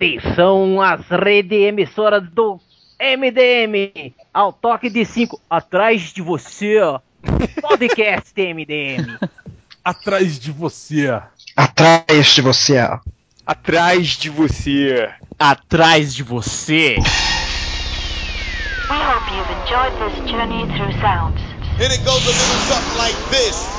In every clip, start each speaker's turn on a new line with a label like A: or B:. A: Atenção às redes emissoras do MDM! Ao toque de 5, atrás de você, ó. podcast MDM.
B: Atrás de você.
C: Atrás de você.
D: Atrás de você.
E: Atrás de você.
F: We hope you've enjoyed this journey through sounds.
G: And it goes a little something like this.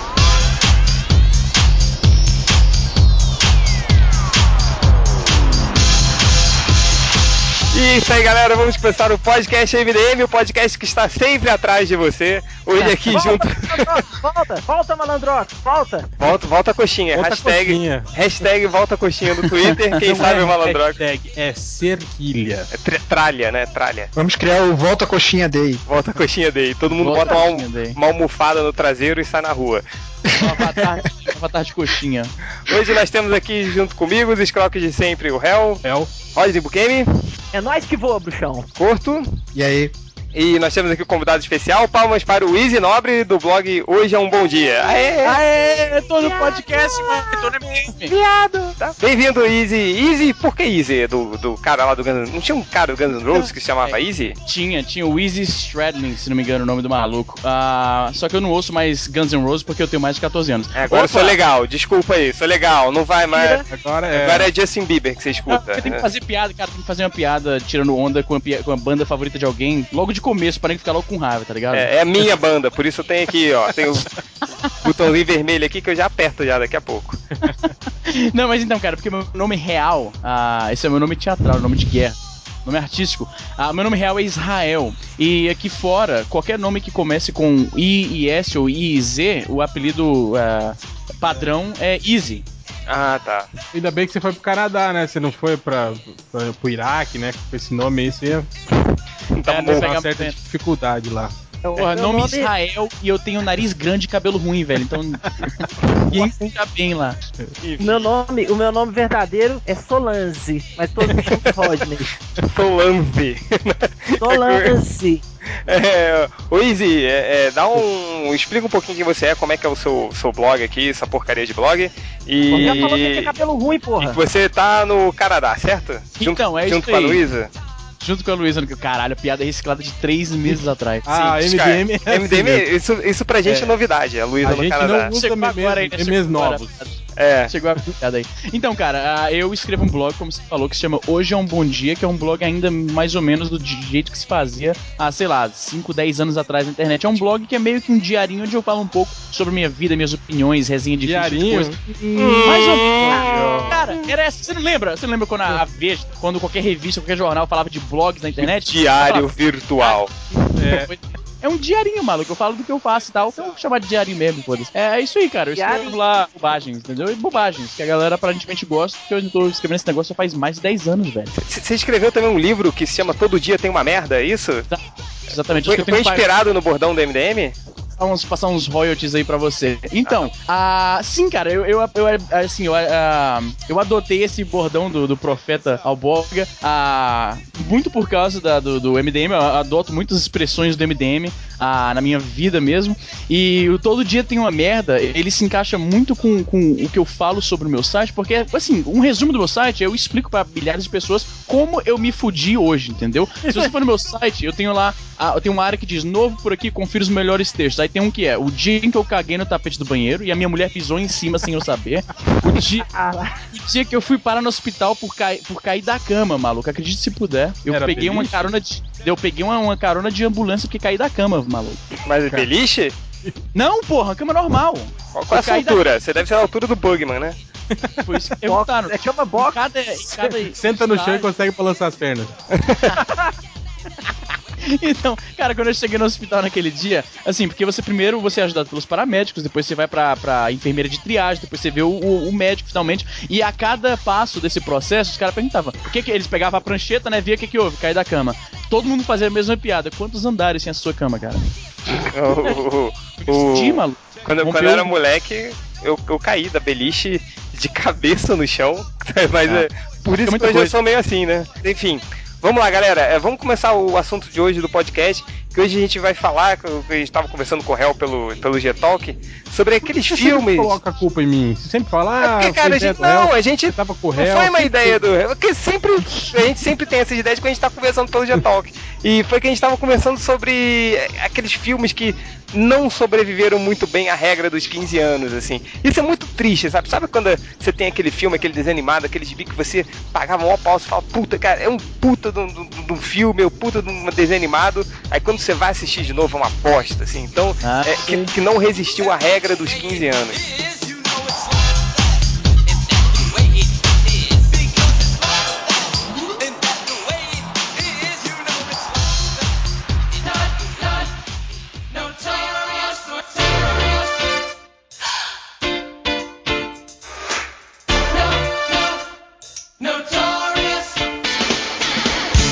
D: E é isso aí, galera. Vamos começar o podcast MDM, o podcast que está sempre atrás de você. Hoje
B: É,
D: aqui
A: volta,
D: junto.
A: Malandrox, volta, volta, malandrox, volta.
D: Volta, volta a coxinha.
B: Volta a
D: É hashtag,
B: coxinha.
D: hashtag volta a coxinha do Twitter. Quem
B: Não
D: sabe
B: é
D: o malandrox.
B: hashtag, É cerquilha.
D: É tra- tralha, né? Tralha.
C: Vamos criar o Volta Coxinha Day.
D: Volta a coxinha daí. Todo mundo
E: Volta
D: bota uma,
E: a
D: alm-
E: coxinha daí.
D: uma almofada no traseiro e sai na rua.
E: Um avatar, um avatar de coxinha.
D: Hoje nós temos aqui junto comigo os escroques de sempre, o Hell,
B: É o
D: Roger Bukemi,
A: É nós que voa, bruxão.
D: Corto.
C: E aí?
D: E nós temos aqui um convidado especial, palmas para o Easy Nobre do blog Hoje é um Bom Dia. Aê!
E: Aê, É, tô no podcast, mano. Tô no MDM.
D: Tá? Bem-vindo, Easy. Easy, por que Easy? Do, do cara lá do Guns Não tinha um cara do Guns N' Roses que se chamava Easy?
E: Tinha, tinha o Easy Stradlin, se não me engano, o nome do maluco. Ah, só que eu não ouço mais Guns N' Roses porque eu tenho mais de 14 anos.
D: É, agora eu
E: Opa!
D: sou legal, desculpa aí, sou legal, não vai mais.
B: Agora é.
D: Agora é Justin Bieber que você
E: Ah,
D: escuta. É.
E: porque tem que fazer piada, cara. Tem que fazer uma piada tirando onda com a, pia- com a banda favorita de alguém logo de começo, pra nem ficar logo com raiva, tá ligado?
D: É, é a minha banda, por isso eu tenho aqui, ó. Tem o botãozinho vermelho aqui que eu já aperto já daqui a pouco.
E: Não, mas então, cara, porque meu nome real, ah, esse é meu nome teatral, nome de guerra, nome artístico. Ah, meu nome real é Israel. E aqui fora, qualquer nome que comece com I, IS ou IZ, o apelido ah, padrão é Easy.
D: Ah, tá.
B: Ainda bem que você foi pro Canadá, né? Você não foi pra, pra, pro Iraque, né? Com esse nome aí, você ia
D: Então,
E: É,
D: bom.
B: ter
E: pegar
B: uma certa
E: muito.
B: dificuldade lá.
E: Porra,
A: Meu
E: nome,
A: nome-
E: Israel e eu tenho nariz grande e cabelo ruim, velho. Então, ninguém se dá bem lá.
A: Meu nome, o meu nome verdadeiro é Solange, mas todo mundo chama de Rodney.
D: Solange.
A: Solange.
D: É, ô Izzy, é, é, dá um. Explica um pouquinho quem você é, como é que é o seu, seu blog aqui, essa porcaria de blog. E.
A: Já falou que é cabelo ruim,
D: e
A: porra.
D: você tá no Canadá, certo?
E: Então, é
D: junto
E: isso
D: com a
E: aí.
D: Luísa?
E: Junto com a Luísa, caralho, a piada é reciclada de três meses atrás.
B: Ah,
D: Sim, cara.
B: MDM é assim
D: MDM,
B: mesmo.
D: isso, isso pra gente é,
B: É.
D: novidade, a Luísa
B: A
D: no
B: gente
D: Canadá.
B: não usa
E: Chegou
B: memes,
E: agora aí, né?
B: memes
E: Chegou agora.
B: novos.
D: É.
E: Chegou a piada aí. Então, cara, ah, eu escrevo um blog, como você falou, que se chama Hoje é um Bom Dia, que é um blog ainda mais ou menos do jeito que se fazia há, sei lá, 5, 10 anos atrás na internet. É um blog que é meio que um diarinho onde eu falo um pouco sobre minha vida, minhas opiniões, resenha de filme,
B: Diarinho?
E: esse tipo de coisa. Mais ou menos. Cara, era essa. Você não lembra? Você não lembra quando a, a Veja, quando qualquer revista, qualquer jornal falava de blogs na internet?
D: Diário
E: Eu
D: virtual.
B: É.
E: falava, É um diarinho, maluco. Eu falo do que eu faço e tal. Então eu vou chamar de diarinho mesmo, foda-se. É, é isso aí, cara. Eu escrevo
A: Diarinho.
E: lá bobagens, entendeu? E bobagens, que a galera aparentemente gosta, porque eu tô escrevendo esse negócio já faz mais de 10 anos, velho.
D: C- Você escreveu também um livro que se chama Todo Dia Tem Uma Merda, é isso?
E: Exatamente.
D: Foi,
E: acho que
D: foi
E: eu tenho que
D: inspirado no bordão do MDM?
E: passar uns, passar uns royalties aí pra você. Então, ah, sim, cara, eu, eu, eu- assim, eu, ah, eu adotei esse bordão do, do profeta Alborga ah, muito por causa da- do, do MDM. Eu adoto muitas expressões do MDM ah, na minha vida mesmo. E o Todo Dia Tem Uma Merda, ele se encaixa muito com, com o que eu falo sobre o meu site, porque, assim, um resumo do meu site, eu explico pra milhares de pessoas como eu me fudi hoje, entendeu? Se você for no meu site, eu tenho lá, ah, eu tenho uma área que diz, novo por aqui, confira os melhores textos. Aí tem um que é, o dia em que eu caguei no tapete do banheiro e a minha mulher pisou em cima sem eu saber. O dia,
A: Ah,
E: o dia que eu fui parar no hospital por, cai- por cair da cama, maluco, acredite se puder. Eu
B: Era
E: peguei uma
B: beliche?
E: carona de... Eu peguei uma, uma carona de ambulância porque caí da cama, maluco.
D: Mas beliche?
E: Não, porra, cama normal.
D: Qual, qual é a sua
E: Eu caí da-
D: altura? Você deve ser a altura do Bugman, né?
E: Foi isso que
A: box,
E: perguntaram.
A: é cama
E: Em
A: box.
E: cada, em cada
B: Senta no chão e
E: estágio.
B: consegue balançar as pernas.
E: Então, cara, quando eu cheguei no hospital naquele dia, assim, porque você primeiro você é ajudado pelos paramédicos, depois você vai pra, pra enfermeira de triagem, depois você vê o, o- o médico finalmente. E a cada passo desse processo, os caras perguntavam: o que que eles pegavam a prancheta, né? Via o que que houve, cair da cama. Todo mundo fazia a mesma piada. Quantos andares tem a sua cama, cara?
D: O- o- o-
E: Sim, maluco.
D: Quando,
E: Rompeu
D: quando eu era
E: o-
D: moleque, eu, eu caí da beliche de cabeça no chão. Mas
B: Ah.
D: é, por isso que
E: muita
D: hoje eu
E: coisa.
D: sou meio assim, né? Enfim, vamos lá, galera. É, vamos começar o assunto de hoje do podcast, que hoje a gente vai falar, que eu- que a gente tava conversando com o réu pelo, pelo G-Talk, sobre aqueles filmes.
B: coloca a culpa em mim. Você sempre
D: É
B: fala, ah,
D: porque, cara, a
B: você é
D: gente,
B: do réu,
D: não, a gente
B: você tava com tipo, o
D: Não
B: réu.
D: foi uma ideia do. Porque sempre. A gente sempre tem essas ideias quando a gente tá conversando pelo G-Talk. E foi que a gente tava conversando sobre eh, aqueles filmes que não sobreviveram muito bem à regra dos 15 anos, assim. Isso é muito triste, sabe? Sabe quando você tem aquele filme, aquele desenho animado, aqueles bicos que você pagava uma pausa e fala, puta, cara, é um puta de um, de um- de um filme, é um puta de um desenho animado. Aí quando você vai assistir de novo é uma aposta, assim. Então,
E: Ah,
D: é, que, que não resistiu à regra dos 15 anos.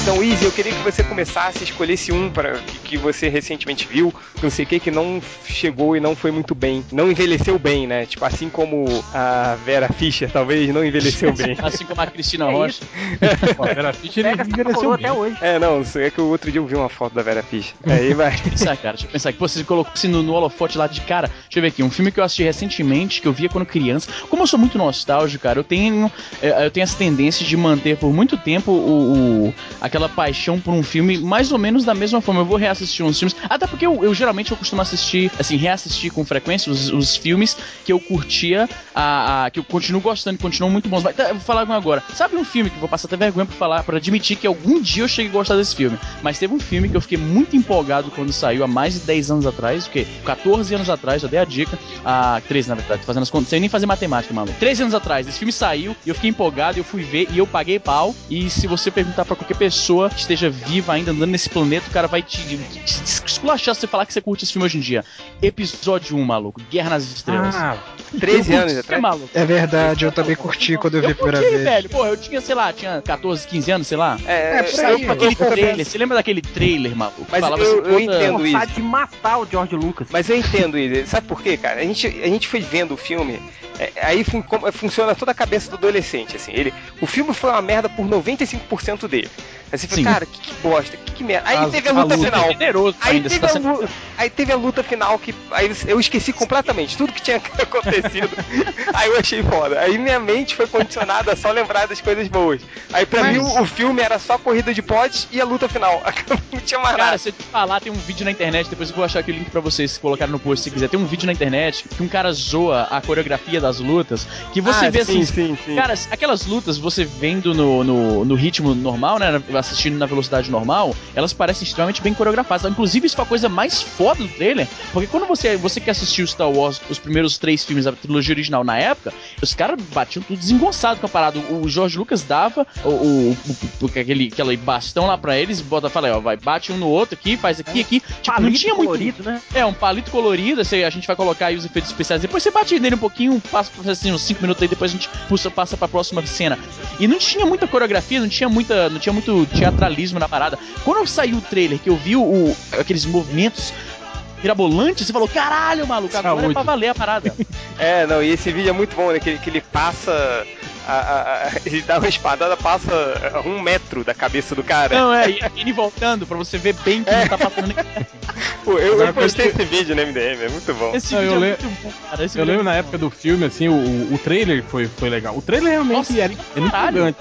D: Então, Izzy, eu queria que você começasse, escolhesse um para que- que você recentemente viu, que não sei o que, que não chegou e não foi muito bem. Não envelheceu bem, né? Tipo, assim como a Vera Fischer, talvez, não envelheceu bem.
E: Assim como a Cristina
A: É
E: Rocha.
B: Pô, Era Fitch, ele
A: Pega essa coroa um
B: envelheceu
A: até
B: bem.
A: hoje.
D: É, não, isso é que eu outro dia eu vi uma foto da Vera Fischer. Aí vai.
E: Pensar, cara, deixa eu pensar que pô, você colocou assim no, no holofote lá de cara. Deixa eu ver aqui, um filme que eu assisti recentemente, que eu via quando criança. Como eu sou muito nostálgico, cara, eu tenho eh, eu tenho essa tendência de manter por muito tempo o, o- aquela paixão por um filme mais ou menos da mesma forma. Eu vou reassistir uns filmes, até porque eu, eu geralmente eu costumo assistir, assim, reassistir com frequência os, os filmes que eu curtia, a, a- que eu continuo gostando, que continuam muito bons. Mas tá, eu vou falar um agora. Sabe um filme que eu vou passar até vergonha pra falar, pra admitir que algum dia eu cheguei a gostar desse filme? Mas teve um filme que eu fiquei muito empolgado quando saiu há mais de 10 anos atrás, o quê? 14 anos atrás, já dei a dica. Ah, 13, na verdade, tô fazendo as contas, sem nem fazer matemática, maluco. 13 anos atrás, esse filme saiu e eu fiquei empolgado, eu fui ver e eu paguei pau. E se você perguntar pra qualquer pessoa que esteja viva ainda andando nesse planeta, o cara vai te, te, te esculachar se você falar que você curte esse filme hoje em dia. Episódio 1, maluco. Guerra nas Estrelas.
B: Ah,
D: 13 anos
E: Você é
D: atrás.
E: maluco.
C: É verdade, eu também curti quando eu vi a
E: Eu
C: primeira
E: curti,
C: vez.
E: velho. Porra, eu tinha, sei lá, tinha 14, 15 anos, sei lá.
D: É,
C: por aí,
D: eu,
C: velho.
E: Aquele
D: eu- eu-
E: trailer, você lembra daquele trailer, maluco?
D: Mas
E: Falava
D: eu-
E: assim,
D: eu
E: puta-
D: entendo. Luiz.
A: Vontade de matar o George Lucas.
D: Mas eu entendo isso. Sabe por quê, cara? A gente, a gente foi vendo o filme, é, aí fun- como- funciona toda a cabeça do adolescente, assim. Ele, o filme foi uma merda por 95% dele. Aí você fala,
E: Sim.
D: cara, que, que bosta, que, que merda. Aí
B: A-
D: teve a
B: a
D: luta,
B: luta.
D: final.
E: Generoso
D: Aí
E: ainda,
D: teve, um
E: você tá
D: a lu- aí teve a luta final que aí eu esqueci completamente tudo que tinha acontecido. aí eu achei foda. Aí minha mente foi condicionada a só lembrar das coisas boas. Aí pra
C: Mas-
D: mim o, o filme era só corrida de potes e a luta final. Não tinha mais
E: Cara,
D: nada.
E: se eu te falar, tem um vídeo na internet, depois eu vou achar aqui o link pra vocês colocarem no post se quiser. Tem um vídeo na internet que um cara zoa a coreografia das lutas, que você
D: Ah,
E: vê
D: sim,
E: assim.
D: sim, sim.
E: Cara, aquelas lutas, você vendo no, no, no ritmo normal, né? Assistindo na velocidade normal, elas parecem extremamente bem coreografadas. Inclusive, isso foi a coisa mais foda do trailer, porque quando você, você que assistiu Star Wars, os primeiros três filmes da trilogia original na época, os caras batiam tudo desengonçado com a parada. O George Lucas dava o, o, o- o- aquele, aquele bastão lá pra eles, bota, fala, ó, vai, bate um no outro aqui, faz aqui, aqui. Tipo, não
A: Palito
E: tinha muito.
A: colorido, né?
E: É, um palito colorido, esse aí a gente vai colocar aí os efeitos especiais. Depois você bate nele um pouquinho, passa assim, uns 5 minutos aí, depois a gente puxa, passa pra próxima cena. E não tinha muita coreografia, não tinha muita. não tinha muito teatralismo na parada. Quando saiu o trailer, que eu vi o, aqueles movimentos mirabolantes, você falou, caralho, maluco, agora é
B: Saúde.
E: pra valer a parada.
D: É, não, e esse vídeo é muito bom, né? Que, ele- que ele passa. a- a- a- ele dá uma espadada, passa um metro da cabeça do cara.
E: não, é, e ele voltando, pra você ver bem
B: É.
E: que não tá passando nem.
D: Pô, eu, eu
B: Agora
D: postei
B: eu
D: esse vídeo no MDM, é muito bom.
E: Esse
B: Não,
E: vídeo
B: eu
E: é
B: le-
E: muito bom, cara. Esse
B: Eu
E: vídeo é
B: lembro na
E: muito
B: época do filme, assim, o, o trailer foi, foi legal. O trailer realmente
E: Nossa,
B: era, era
E: caralho.
B: empolgante.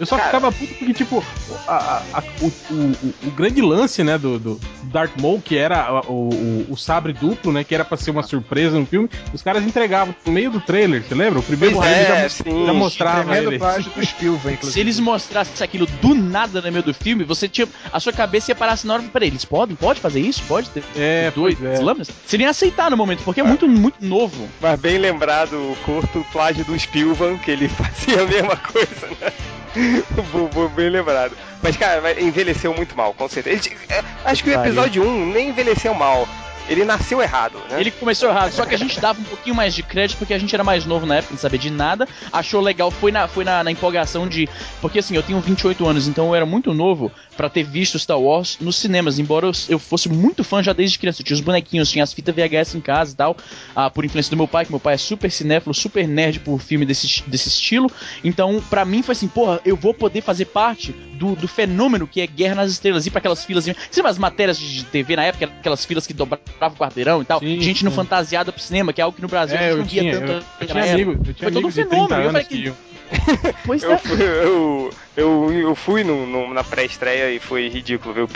B: Eu só
D: Cara.
B: ficava puto porque, tipo, a- a- a- o, o- o- o grande lance, né, do, do Darth Maul, que era a- o, o- o sabre duplo, né, que era pra ser uma surpresa no filme, os caras entregavam no meio do trailer, você lembra? O primeiro
D: Pois
B: trailer
D: é,
B: já,
D: sim.
B: já mostrava
C: Tremendo
B: ele.
C: plágio do Spielberg, inclusive.
E: Se eles mostrassem aquilo do nada no meio do filme, você tinha. A sua cabeça ia parar assim na hora. Peraí, eles podem? Pode fazer isso? Pode ter
B: É,
E: dois
B: pois é.
E: lâminas? Você nem ia aceitar no momento, porque é muito, muito novo.
D: Mas bem lembrado o curto plágio do Spielvan, que ele fazia a mesma coisa, né? Bo- bo- bem lembrado. Mas, cara, vai- envelheceu muito mal, com certeza. Ele t- é, acho que o episódio 1 nem envelheceu mal. Ele nasceu errado,
B: É.
D: né?
E: Ele começou errado, só que a gente dava um pouquinho mais de crédito porque a gente era mais novo na época, não sabia de nada. Achou legal, foi na, foi na, na empolgação de. Porque assim, eu tenho 28 anos, então eu era muito novo pra ter visto Star Wars nos cinemas, embora eu, eu fosse muito fã já desde criança. Eu tinha os bonequinhos, tinha as fitas VHS em casa e tal, ah, por influência do meu pai, que meu pai é super cinéfilo, super nerd por filme desse, desse estilo. Então, pra mim foi assim, porra, eu vou poder fazer parte do do, do fenômeno que é Guerra nas Estrelas, ir pra aquelas filas. Você lembra as matérias de TV na época, aquelas filas que dobravam o quarteirão e tal?
B: Sim,
E: gente não
B: sim.
E: fantasiada pro cinema, que é algo que no Brasil a
B: É,
E: gente
B: eu
E: não via
B: tinha, eu,
E: tanto.
B: eu
E: naquela
B: tinha
E: época.
B: amigo, eu tinha
E: Foi todo um
B: amigos de
E: fenômeno.
B: 30
E: Eu falei
B: anos
E: que,
B: que iam.
E: pois
D: Eu
E: é.
D: fui, eu, eu, eu fui no, no- na pré-estreia e foi ridículo, viu?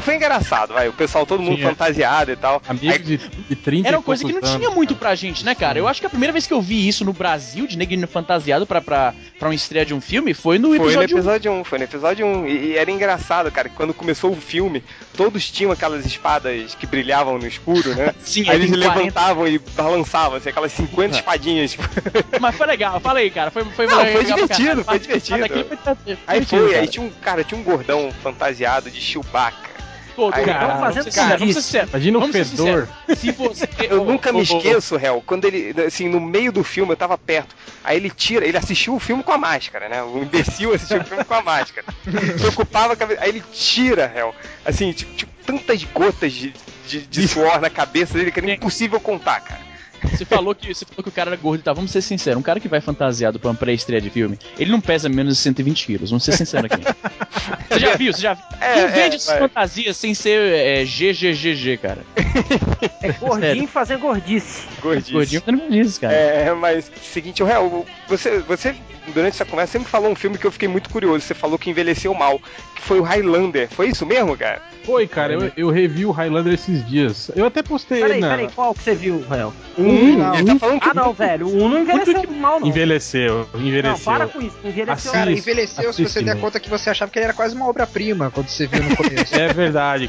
D: Foi engraçado, vai. O pessoal, todo mundo
B: Sim, é.
D: fantasiado e tal.
B: Amigos
D: Aí-
B: de, de 30
E: Era
B: e
E: uma coisa que não
B: poucos
E: tinha
B: anos,
E: muito
B: cara.
E: pra gente, né, cara? Eu acho que a primeira vez que eu vi isso no Brasil, de negrinho fantasiado pra, pra, pra uma estreia de um filme, foi no
D: Foi no
E: episódio um.
D: episódio 1, foi no episódio 1. E, e era engraçado, cara, que quando começou o filme, todos tinham aquelas espadas que brilhavam no escuro, né?
E: Sim,
D: Aí
E: aí
D: eles
E: tem Ah. 40.
D: levantavam e balançavam, assim, aquelas 50 espadinhas.
E: Mas foi legal, fala aí, cara. Foi, foi,
D: Não,
E: legal
D: foi
E: pra
D: divertido, foi
E: caralho. Participar
D: divertido.
E: daquilo foi- foi
D: Aí
E: divertido,
D: foi, aí
E: cara.
D: tinha um cara, tinha um gordão fantasiado de Chewbacca.
E: Pô,
D: Aí,
E: cara,
D: cara,
E: vamos ser
B: cara,
E: sinceros, vamos ser sinceros.
B: Imagina o
E: Vamos ser
B: fedor.
E: sinceros. Se você.
D: Eu nunca me
E: ô, ô, ô,
D: esqueço, réu, quando ele, assim, no meio do filme, eu tava perto, aí ele tira, ele assistiu o filme com a máscara, né? O imbecil assistiu o filme com a máscara. Preocupava a cabeça. Aí ele tira, réu, assim, tipo, tipo, tantas gotas de, de, de suor na cabeça dele que era impossível contar, cara.
E: Você falou, que, você falou que o cara era gordo e tal. Vamos ser sinceros. Um cara que vai fantasiado pra uma pré-estreia de filme, ele não pesa menos de 120 quilos. Vamos ser sinceros aqui. você já viu? Você já viu?
D: É,
E: Quem
D: é,
E: vende essas
D: vai.
E: fantasias sem ser é, GGGG, cara?
A: É gordinho fazendo gordice.
D: Gordinho.
E: Gordinho fazendo gordices, cara.
D: É, mas seguinte, o real, você, você durante essa conversa sempre falou um filme que eu fiquei muito curioso. Você falou que envelheceu mal, que foi o Highlander. Foi isso mesmo, cara?
B: Foi, cara, eu, eu revi o Highlander esses dias. Eu até postei
A: Peraí,
B: na-
A: peraí, qual que você viu, Rael?
D: Um, ele tá falando que
A: Ah, não, velho,
B: um
A: o 1 não envelheceu
B: muito
A: mal, não.
B: Envelheceu,
A: Não,
B: envelheceu.
A: para com isso, envelheceu.
B: Assiste.
A: Cara,
B: Cara,
A: envelheceu.
C: Envelheceu se você
B: Assiste,
C: der
B: né?
C: conta que você achava que ele era quase uma obra-prima quando você viu no começo.
B: É verdade,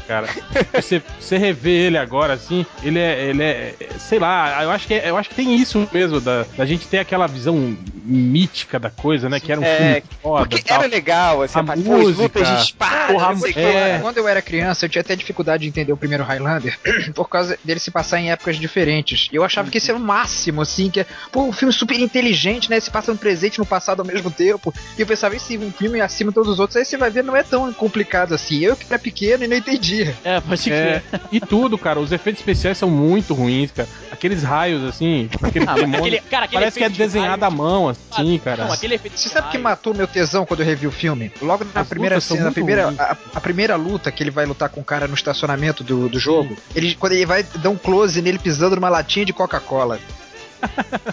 B: cara. Você, você revê ele agora, assim, ele é, ele é, sei lá, eu acho que, é- eu acho que tem isso mesmo, da, da gente ter aquela visão mítica da coisa, né? Que era um
D: É,
B: filme foda
D: Porque
B: e tal.
D: era legal, assim,
B: A
D: a parte pô, as lutas
B: música.
D: de espada,
B: Porra,
D: não sei o que
B: é.
D: lá.
C: Quando eu era criança, eu tinha até dificuldade de entender o primeiro Highlander por causa dele se passar em épocas diferentes. Eu achava que isso era o máximo, assim, que é, pô, um filme super inteligente, né? Se passa no presente e no passado ao mesmo tempo. E eu pensava, esse um filme acima de todos os outros, aí você vai ver, não é tão complicado assim. Eu que era pequeno e não entendia.
E: É, pode
B: É,
E: crer.
B: e tudo, cara, os efeitos especiais são muito ruins, cara. Aqueles raios, assim, aquele
E: Ah, mas
B: demônio.
E: aquele- cara, aquele
B: parece que é
E: efeito de Ah,
B: desenhado à
E: raio,
B: mão, assim, cara.
E: Não, aquele efeito.
C: Você sabe o que
E: Ai,
C: matou meu tesão quando eu revi o filme? Logo na
B: As
C: primeira
B: lutas são
C: cena, a
B: muito
C: primeira,
B: ruins.
C: a, a primeira luta que ele vai lutar com o cara no estacionamento do, do jogo, ele, quando ele vai dar um close nele pisando numa latinha de Coca-Cola.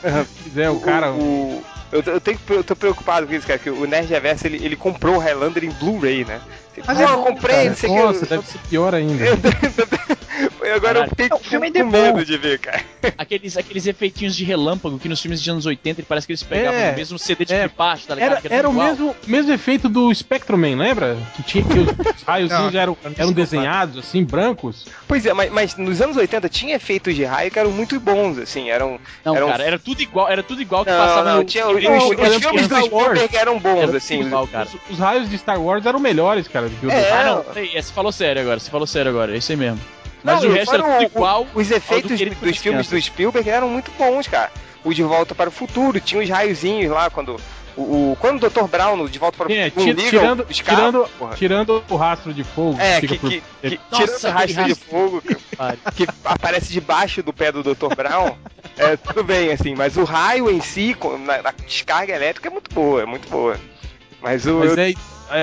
B: Pois é, o cara.
D: o- eu, eu tenho, eu tô preocupado com isso, cara, que o Nerd Reverso, ele, ele comprou o Highlander em Blu-ray, né?
C: Mas
D: Pô,
C: é
D: eu
C: bom,
D: comprei,
C: cara.
D: não sei o que.
B: Nossa, deve ser pior ainda.
D: Agora eu
E: Caralho.
D: fiquei
C: Não, o filme
D: com
C: ainda é bom.
D: medo de ver, cara.
E: Aqueles, aqueles efeitinhos de relâmpago que nos filmes de anos 80 ele parece que eles pegavam
B: É.
E: o mesmo CD de
B: É.
E: pipacho, tá ligado?
B: Era,
E: Que
B: era o
E: igual.
B: mesmo, mesmo efeito do Spectrum Man, lembra? Que tinha que os os raios
C: Não,
B: assim, já eram, eram desenhados, assim, brancos.
D: Pois é, mas, mas nos anos 80 tinha efeitos de raio que eram muito bons, assim, eram...
E: Não,
D: eram
E: cara, era tudo igual, era tudo igual que
D: Não,
E: passava
D: não,
E: no-
D: tinha os,
E: Não,
D: os-
B: eu
D: os
B: lembro
D: filmes
B: que
D: do
B: era
D: Spielberg que eram bons,
E: Era tudo
D: assim.
E: igual, cara.
B: Os, os raios de Star Wars eram melhores, cara, do que o
D: É,
E: Ah, não, peraí, é, você falou sério agora, você falou sério agora, é isso aí mesmo.
D: Não,
E: Mas
D: eu
E: o resto
D: falo
E: era tudo
D: o-
E: igual.
D: Os efeitos
E: que ele
D: dos
E: foi
D: filmes do Spielberg eram muito bons, cara. O De Volta para o Futuro, tinha os raiozinhos lá quando. O, o- quando o Dr. Brown, no De Volta para o
B: É,
D: Futuro,
B: ti-
D: liga
B: tirando,
D: os carros,
B: tirando,
D: porra.
B: tirando o rastro de fogo
D: É,
B: fica
D: que,
B: por-
D: que, que,
E: Nossa,
D: tirando o rastro
E: aquele
D: de fogo que,
E: Ah,
D: que aparece debaixo do pé do Dr. Brown, é tudo bem, assim, mas o raio em si, com- na, na descarga elétrica, é muito boa, é muito boa. Mas o.
B: Mas
D: eu-
B: é,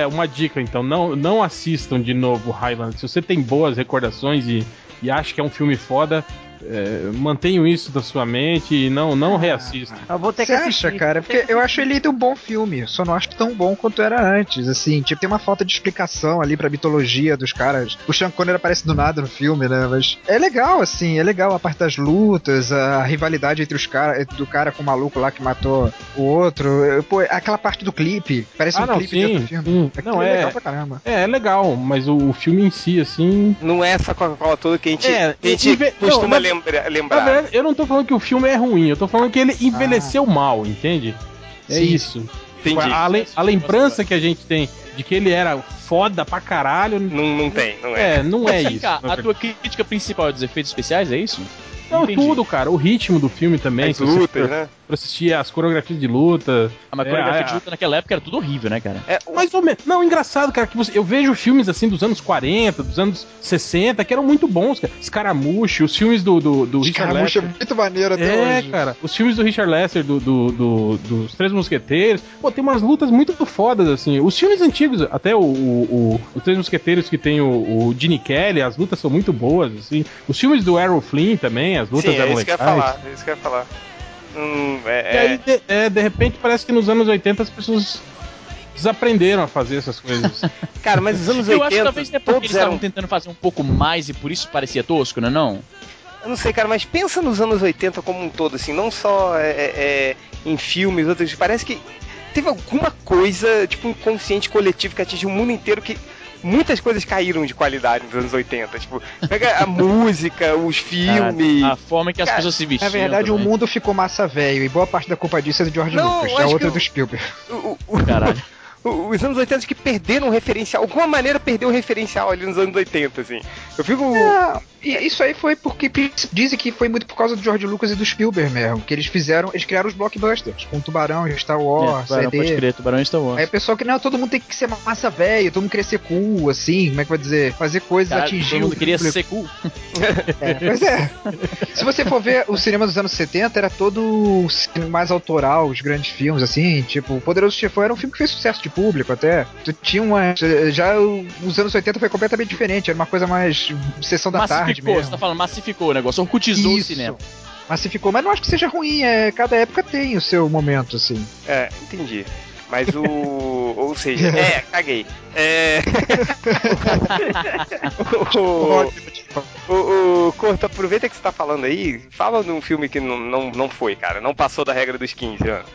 B: é, uma dica, então. Não, não assistam de novo Highland. Se você tem boas recordações e, e acha que é um filme foda, é, mantenham isso da sua mente e não, não reassistam.
A: Eu vou ter
C: Você
A: que assistir.
C: acha, cara? Porque eu acho ele um bom filme, só não acho tão bom quanto era antes, assim, tipo, tem uma falta de explicação ali pra mitologia dos caras. O Sean Connery aparece do nada no filme, né, mas é legal, assim, é legal a parte das lutas, a rivalidade entre os caras, do cara com o maluco lá que matou o outro, Eu, pô, aquela parte do clipe, parece
B: Ah,
C: um
B: não,
C: clipe
B: sim,
C: dentro do filme.
B: sim.
C: Aquilo
B: Não,
C: é,
B: é-
C: legal pra caramba.
B: É, é legal, mas o, o filme em si, assim.
D: Não é essa Coca-Cola toda que a gente,
B: É,
D: que a gente
B: e- e-
D: costuma
B: não, na-
D: lembra-
B: Na
D: lembrar.
B: verdade, eu não tô falando que o filme é ruim, eu tô falando que ele envelheceu mal, entende? É
C: Sim.
B: isso.
D: Entendi.
B: A, le- a lembrança que a gente tem de que ele era foda pra caralho.
D: Não, não tem, não é.
B: É, não é
E: Mas vem
B: isso.
E: cá,
B: na
E: a tua crítica principal é dos efeitos especiais, é isso?
B: Não,
E: Entendi.
B: tudo, cara. O ritmo do filme também.
D: As
B: se você
D: lutas,
B: for-
D: né?
B: pra assistir as coreografias de luta.
E: Ah, mas
B: É,
E: coreografia
B: a-
E: de luta naquela época era tudo horrível, né, cara?
D: É,
B: Mais ou menos. Não, engraçado, cara, que você- eu vejo filmes assim dos anos 40, dos anos 60, que eram muito bons, cara. Escaramuche, os filmes do, do, do Richard
C: Caramuxa é
B: Lester.
C: muito maneiro até
B: É,
C: hoje.
B: cara, os filmes do Richard Lester, do, do- do- dos Três Mosqueteiros, pô, tem umas lutas muito fodas, assim. Os filmes antigos, até o, o, o- os Três Mosqueteiros que tem o, o Gene Kelly, as lutas são muito boas, assim. Os filmes do Errol Flynn também, as lutas
D: sim, é
B: eram
D: isso que eu ia
B: legais.
D: falar, é isso que eu ia falar. Hum, é,
B: E aí,
D: é,
B: de, é, de repente, parece que nos anos 80 as pessoas desaprenderam a fazer essas coisas.
D: Cara, mas os anos
E: Eu
D: 80,
E: acho que talvez é porque
D: todos
E: eles estavam
D: eram...
E: tentando fazer um pouco mais e por isso parecia tosco, não é não?
D: Eu não sei, cara, mas pensa nos anos 80 como um todo, assim, não só é, é, é, em filmes, outros, parece que teve alguma coisa, tipo, um consciente coletivo que atingiu o mundo inteiro que muitas coisas caíram de qualidade nos anos 80, tipo, pega a música, os filmes...
E: A, a forma que as
D: Cara,
E: pessoas
B: é
E: se
C: Na
E: vestiam.
C: verdade, o
E: também.
C: mundo ficou massa velho, e boa parte da culpa disso é do George
D: Não,
C: Lucas,
D: eu
C: a
D: acho
C: outra
D: que
C: é do Spielberg.
D: o- o-
E: Caralho.
D: o- os anos 80 que perderam o referencial, alguma maneira perdeu o referencial ali nos anos 80, assim. Eu fico...
C: Não, e isso aí foi porque dizem que foi muito por causa do George Lucas e do Spielberg mesmo, que eles fizeram, eles criaram os blockbusters, com Tubarão, Star
E: É,
C: Wars,
E: tubarão, pode
C: CD.
E: crer, tubarão é Star Wars.
C: Aí o pessoal que, não, todo mundo tem que ser massa velho, todo mundo queria ser cool, assim, como é que vai dizer? Fazer coisas,
E: Cara,
C: atingir
E: todo mundo
C: o
E: queria
C: público.
E: ser cool.
C: É, pois é. Se você for ver o cinema dos anos 70, era todo cinema mais autoral, os grandes filmes, assim, tipo, O Poderoso Chefão era um filme que fez sucesso de público até. Tu tinha uma. Já o- os anos 80 foi completamente diferente, era uma coisa mais sessão da tarde
E: Massificou, você
C: mesmo.
E: tá falando, massificou o negócio, orcutizou
C: Isso.
E: o cinema.
C: Massificou, mas não acho que seja ruim, é, cada época tem o seu momento, assim.
D: É, entendi. Mas o. Ou seja, é, caguei. É. o, o, o Corto, aproveita que você tá falando aí, fala de um filme que não, não, não foi, cara. Não passou da regra dos 15 anos.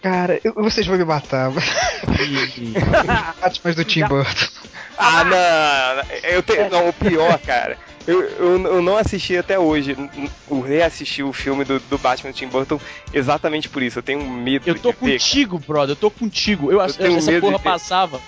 C: Cara, eu- vocês vão me matar. Mas do Tim Burton.
D: Ah, não! Eu te, não, o pior, cara. Eu, eu, eu não assisti até hoje. Eu reassisti o filme do, do Batman Tim Burton exatamente por isso. Eu tenho um medo
E: Eu tô
D: de ver.
E: contigo, brother, eu tô contigo. Eu, acho
D: tenho
E: essa
D: medo
E: porra
D: de ter.
E: passava.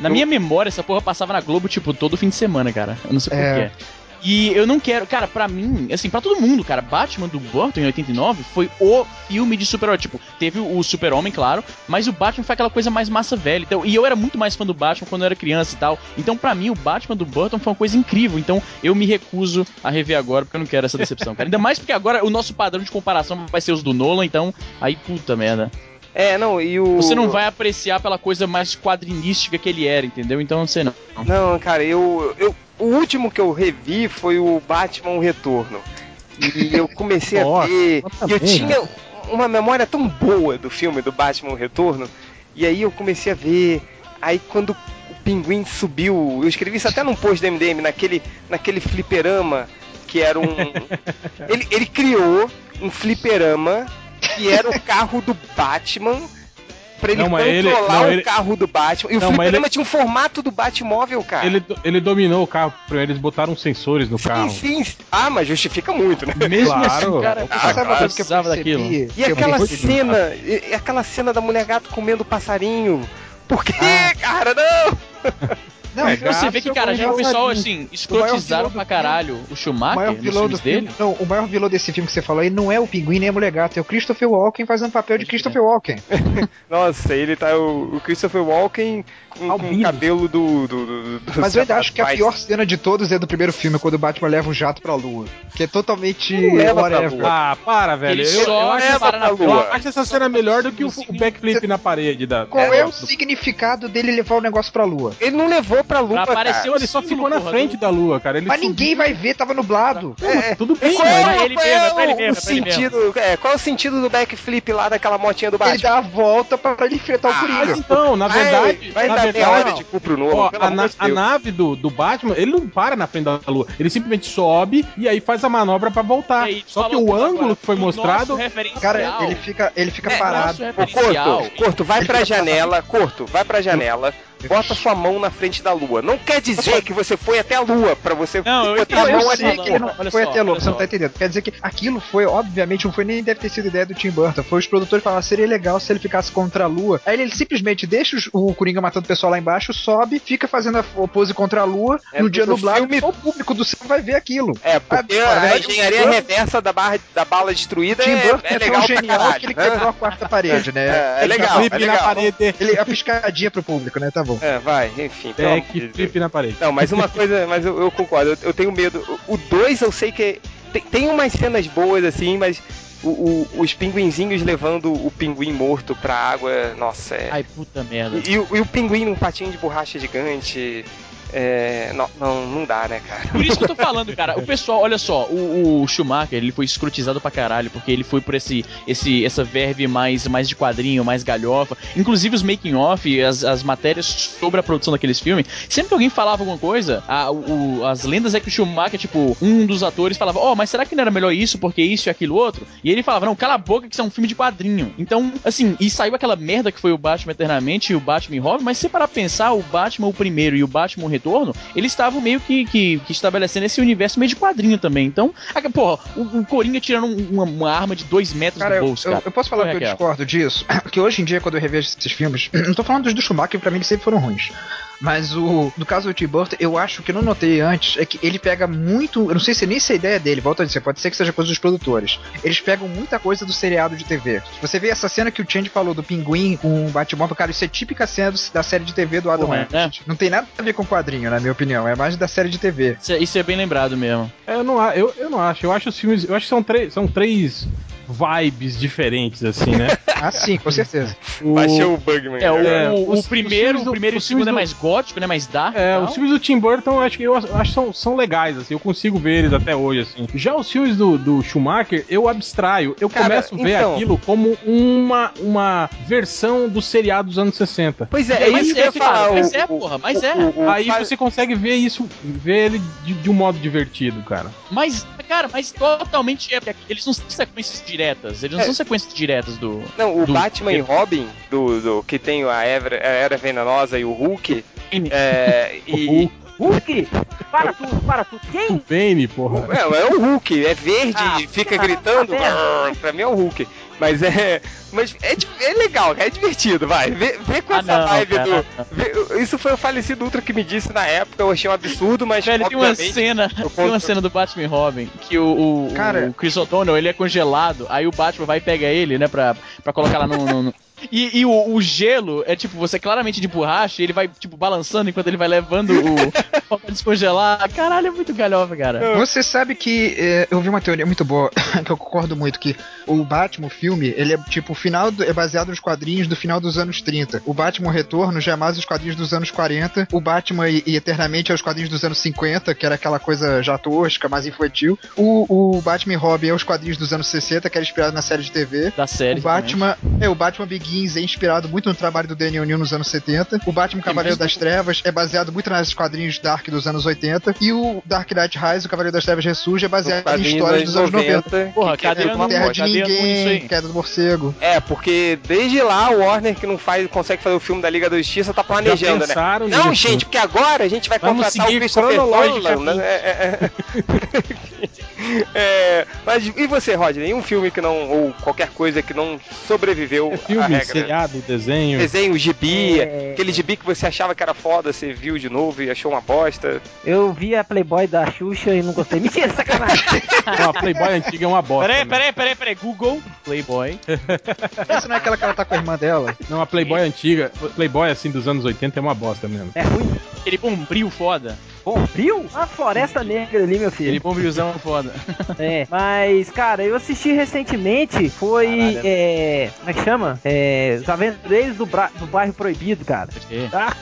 E: Na minha memória, essa porra passava na Globo, tipo, todo fim de semana, cara. Eu não sei
C: É.
E: porquê. E eu não quero, cara, pra mim, assim, pra todo mundo, cara, Batman do Burton em 89 foi o filme de super-herói. Tipo, teve o Super-Homem, claro, mas o Batman foi aquela coisa mais massa velha. Então, e eu era muito mais fã do Batman quando eu era criança e tal. Então, pra mim, o Batman do Burton foi uma coisa incrível. Então, eu me recuso a rever agora, porque eu não quero essa decepção, cara. Ainda mais porque agora o nosso padrão de comparação vai ser os do Nolan, então, aí puta merda.
D: É, não, e o.
E: Você não vai apreciar pela coisa mais quadrinística que ele era, entendeu? Então não sei não.
D: Não, cara, eu, eu. O último que eu revi foi o Batman O Retorno. E eu comecei a
B: Nossa,
D: ver.
B: mas tá né?
D: E eu
B: também,
D: tinha uma memória tão boa do filme do Batman O Retorno. E aí eu comecei a ver. Aí quando o pinguim subiu, eu escrevi isso até num post do MDM, naquele, naquele fliperama que era um. ele, ele criou um fliperama que era o carro do Batman. Pra ele
B: Não, mas
D: controlar
B: ele- não,
D: o
B: ele-
D: carro do Batman. E o
B: Não, mas
D: fliperama tinha um formato do Batmóvel, cara.
B: Ele, do- ele dominou o carro primeiro, eles botaram sensores no carro.
D: Sim, sim. Ah, mas justifica muito, né?
E: Mesmo
B: Claro.
E: assim, cara,
B: Ah,
E: sabe
C: Sabe
E: uma
C: uma
E: coisa que eu
C: precisava
E: precisava daquilo?
D: E aquela cena, e- e aquela cena da mulher gato comendo passarinho. Por quê,
B: Ah.
D: cara? Não!
C: Não,
B: É,
E: Você vê que, cara, já o pessoal, assim, escrotizaram
C: vilão do
E: pra
C: filme.
E: caralho o
C: O maior
E: Schumacher nos
C: vilão do
E: filmes
C: filme.
E: dele.
C: Não, o maior vilão desse filme que você falou aí não é o pinguim nem a mulher gata, é o Christopher Walken fazendo papel de
D: é.
E: Pode crer.
C: Christopher Walken.
D: Nossa, ele tá o, o Christopher Walken com, com o
A: Albino.
D: cabelo do. do, do, do
C: Mas eu ainda acho que a
D: Vai-
C: pior cena de todos é do primeiro filme, quando o Batman leva o jato pra lua. Que é totalmente
D: Não leva pra
C: whatever.
D: lua.
B: Ah, para, velho.
E: Ele
B: Eu, eu
E: só
B: acho,
D: leva
E: para na
D: pra
B: eu
D: lua.
E: porra.
B: acho essa cena melhor do que o, o backflip na parede da.
C: Qual é,
B: da-
C: o significado dele levar o negócio pra lua?
D: Ele não levou pra lua.
E: aparecer
D: Apareceu
E: o
B: Ele só ficou na
E: Porra,
B: frente
E: do-
B: da lua, cara. Ele
C: Mas
B: subiu- Tá
C: ninguém vai ver, tava nublado.
D: É,
B: Tudo bem,
D: qual
B: mas-
D: é,
E: ele
D: qual
E: mesmo,
D: é o,
E: é pra ele mesmo, é
D: o
E: pra ele mesmo.
D: sentido? é, qual é o sentido do backflip lá daquela motinha do
C: Ele
D: Batman?
C: dá a volta pra ele enfrentar
D: Ah,
C: o Coringa.
B: Mas então, na
D: Vai-
B: verdade.
D: vai,
B: na
D: dar meia
B: verdade,
D: hora de cu pro novo.
B: Ó,
D: pelo
B: a,
D: amor
B: na-
D: de
B: a
D: Deus.
B: nave do, do Batman, ele não para na frente da lua. Ele simplesmente sobe e aí faz a manobra pra voltar.
E: E aí, tu
B: Só que
E: falou
B: o
E: agora,
B: ângulo que foi
E: o nosso
B: mostrado. é
E: referencial-
C: Cara, ele fica, ele fica
E: É, o
C: parado.
E: nosso
D: Ô,
E: referencial-
D: Corto, Corto, vai pra janela, Corto, vai pra janela, bota sua mão na frente da lua. Não quer dizer que você foi até a lua pra você
E: Não,
D: botar
E: eu
C: Não,
E: entendo,
D: a
C: eu
D: mão
E: olha
D: ali.
C: sei
E: só,
C: que tá ele não
E: olha
C: é foi
E: só,
C: até louco,
E: olha
C: você não
E: só.
C: tá entendendo. Quer dizer que aquilo foi, obviamente, não foi nem deve ter sido ideia do Tim Burton. Foi os produtores falaram, seria legal se ele ficasse contra a lua. Aí ele simplesmente deixa os- o Coringa matando o pessoal lá embaixo, sobe, fica fazendo a f- pose contra a lua,
D: É,
C: no dia
D: no
C: nublado,
D: filme-
C: só o público do céu vai ver aquilo.
D: É, porque
C: Ah, na
D: a
C: verdade, o
D: engenharia
C: Tim Burton-
D: reversa da, barra, da bala destruída
C: Tim
D: é,
C: Burton
D: é
C: é,
D: legal
C: tão
D: pra
C: genial
D: caralho.
C: que ele quebrou a quarta parede, né?
D: É, é
C: Ele-
D: legal,
B: Flip
D: é
B: na
D: legal.
B: parede.
C: Ele, a piscadinha pro público, né? Tá bom.
D: É, vai, enfim. pelo
B: É
D: amor de
B: que
D: Deus.
B: flip na parede.
D: Não, mas uma coisa, mas eu, eu concordo, eu, eu tenho medo. O- O 2 eu sei que é- tem, tem umas cenas boas assim, mas o- o- os pinguinzinhos levando o pinguim morto pra água, nossa, é.
E: Ai, puta merda.
D: E, e o, e o pinguim num patinho de borracha gigante. É. Não, não, não dá, né, cara?
E: Por isso que eu tô falando, cara. O pessoal, olha só, o, o Schumacher, ele foi escrotizado pra caralho, porque ele foi por esse, esse, essa verve mais, mais de quadrinho, mais galhofa. Inclusive os making off, as, as matérias sobre a produção daqueles filmes. Sempre que alguém falava alguma coisa, a- o- as lendas é que o Schumacher, tipo, um dos atores falava, ó, mas será que não era melhor isso, porque isso e aquilo outro? E ele falava, não, cala a boca que isso é um filme de quadrinho. Então, assim, e saiu aquela merda que foi o Batman Eternamente e o Batman e Robin, mas se parar pra pensar, o Batman o primeiro e o Batman o Retorno, eles estavam meio que, que, que estabelecendo esse universo meio de quadrinho também. Então, a- porra, o, o Coringa tirando um- uma, uma arma de dois metros
C: Cara,
E: do
C: eu,
E: bolso,
C: eu-
E: cara.
C: eu posso falar
E: Oi,
C: que eu
E: Raquel.
C: discordo disso? Porque hoje em dia, quando eu revejo esses filmes, não tô falando dos do Schumacher, pra mim eles sempre foram ruins. Mas o no caso do Tim Burton, eu acho que eu não notei antes, é que ele pega muito. Eu não sei se nem se é a ideia dele, volta a dizer, pode ser que seja coisa dos produtores. Eles pegam muita coisa do seriado de TV. Você vê essa cena que o Change falou do pinguim com o Batman, cara, isso é típica cena do- da série de TV do Adam
E: Porra,
C: West.
E: né?
C: Não tem nada a ver com quadrinho, na minha opinião. É mais da série de TV.
E: Isso, é- isso é bem lembrado mesmo.
B: É, Eu não, a- eu, eu não acho. Eu acho os filmes. Eu acho que são três, são três vibes diferentes, assim, né?
C: Ah, sim, com certeza.
B: O-
D: Baixei o Bugman.
E: É, o,
B: É,
E: o- o
B: os- os
E: primeiro,
B: filmes
E: o
B: do-
E: primeiro e o
B: os filmes
E: segundo é
B: do-
E: mais gótico, né? Mais dark.
B: É,
E: e
B: os
E: tal.
B: filmes do Tim Burton eu acho que eu acho que são, são legais, assim, eu consigo ver eles até hoje, assim. Já os filmes do, do Schumacher, eu abstraio, eu
D: Cara,
B: começo a ver
D: então-
B: aquilo como uma, uma versão do seriado dos anos 60.
D: Pois é, é
E: Mas
D: isso que eu ia
E: cara,
D: falar.
E: Mas
D: o-
E: é,
D: o-
E: porra, mas é.
D: o- o-
B: Aí
D: sabe-
B: você consegue ver isso, ver ele de, de um modo divertido, cara.
E: Mas, cara, mas totalmente é, porque eles não são sequências diretas. Eles não
D: É.
E: são sequências diretas do.
D: Não, o
E: do-
D: Batman e Robin, do, do- que tem a Evra- a Era Venenosa e o Hulk,
E: N.
D: é, e,
A: Hulk, para tudo, para tudo. Quem?
B: Bane, porra.
D: Não, é o Hulk, é verde
A: Ah,
D: e fica
A: tá
D: gritando.
A: aberto.
D: "Grrr", pra mim é o Hulk. Mas é. Mas é, di- é legal, é divertido, vai. Vê, vê com
E: Ah,
D: essa
E: não,
D: vibe
E: cara.
D: do. vê- isso foi o falecido Ultra que me disse na época, eu achei um absurdo, mas.
E: Velho, tem uma
D: obviamente-
E: cena,
D: eu
E: tem uma
D: conto-
E: cena do Batman e Robin que o, o-
C: Cara-
E: o Chris O'Donnell ele é congelado, aí o Batman vai e pega ele, né, pra, pra colocar lá no. no- no- E, e o, o gelo é tipo, você claramente de borracha, e ele vai, tipo, balançando enquanto ele vai levando o. pra descongelar. Caralho, é muito galhofa, cara.
C: Você sabe que é, eu vi uma teoria muito boa, que eu concordo muito, que o Batman o filme, ele é tipo o final do- é baseado nos quadrinhos do final dos anos 30. O Batman Retorno já é mais os quadrinhos dos anos 40. O Batman e, e Eternamente é os quadrinhos dos anos 50, que era aquela coisa já tosca, mais infantil. O, o Batman e Robin é os quadrinhos dos anos 60, que era inspirado na série de TV.
E: Da série.
C: O Batman, é, o Batman Begins é inspirado muito no trabalho do Daniel Neal nos anos 70. O Batman Cavaleiro das Trevas é baseado muito nas quadrinhos Dark dos anos 80. E o Dark Knight Rise, o Cavaleiro das Trevas Ressurge, é baseado em
D: quadrinhos
C: histórias dos anos 90.
E: também. Porra,
D: que quer
E: cadê
D: ver
E: a
D: uma
E: mão?
C: Terra
D: voz.
C: de
E: Cadê a mão isso
C: Ninguém,
E: aí?
C: Queda do Morcego.
D: É, porque desde lá o Warner que não faz, consegue fazer o filme da Liga da Justiça tá planejando, né?
B: pensaram
D: Não,
B: nisso?
D: gente, porque agora a gente vai
B: Vamos
D: contratar o
B: seguir
D: Christopher Nolan.
B: cronologicamente.
D: Né? É, é, é. É, mas e você, Rodney? Um filme que não. ou qualquer coisa que não sobreviveu
B: É
D: à
B: filme,
D: regra. né?
B: seriado, desenho.
D: Desenho, gibi,
A: É.
D: aquele gibi que você achava que era foda, você viu de novo e achou uma bosta.
A: Eu vi a Playboy da Xuxa e não gostei. Mentira, sacanagem.
B: Não, a Playboy antiga é uma bosta.
E: Peraí,
B: né?
E: peraí, peraí, peraí. Google, Playboy.
C: Essa não é aquela que ela tá com a irmã dela?
B: Não, a Playboy antiga, Playboy assim dos anos 80 é uma bosta mesmo.
A: É ruim.
E: Aquele bombril um foda.
A: Bom, viu? A floresta negra ali, meu filho.
E: Aquele bombrilzão um foda.
A: É, mas, cara, eu assisti recentemente, foi.
E: Caralho.
A: é, como é que chama? É, Os Aventureiros do, Bra- do Bairro Proibido, cara.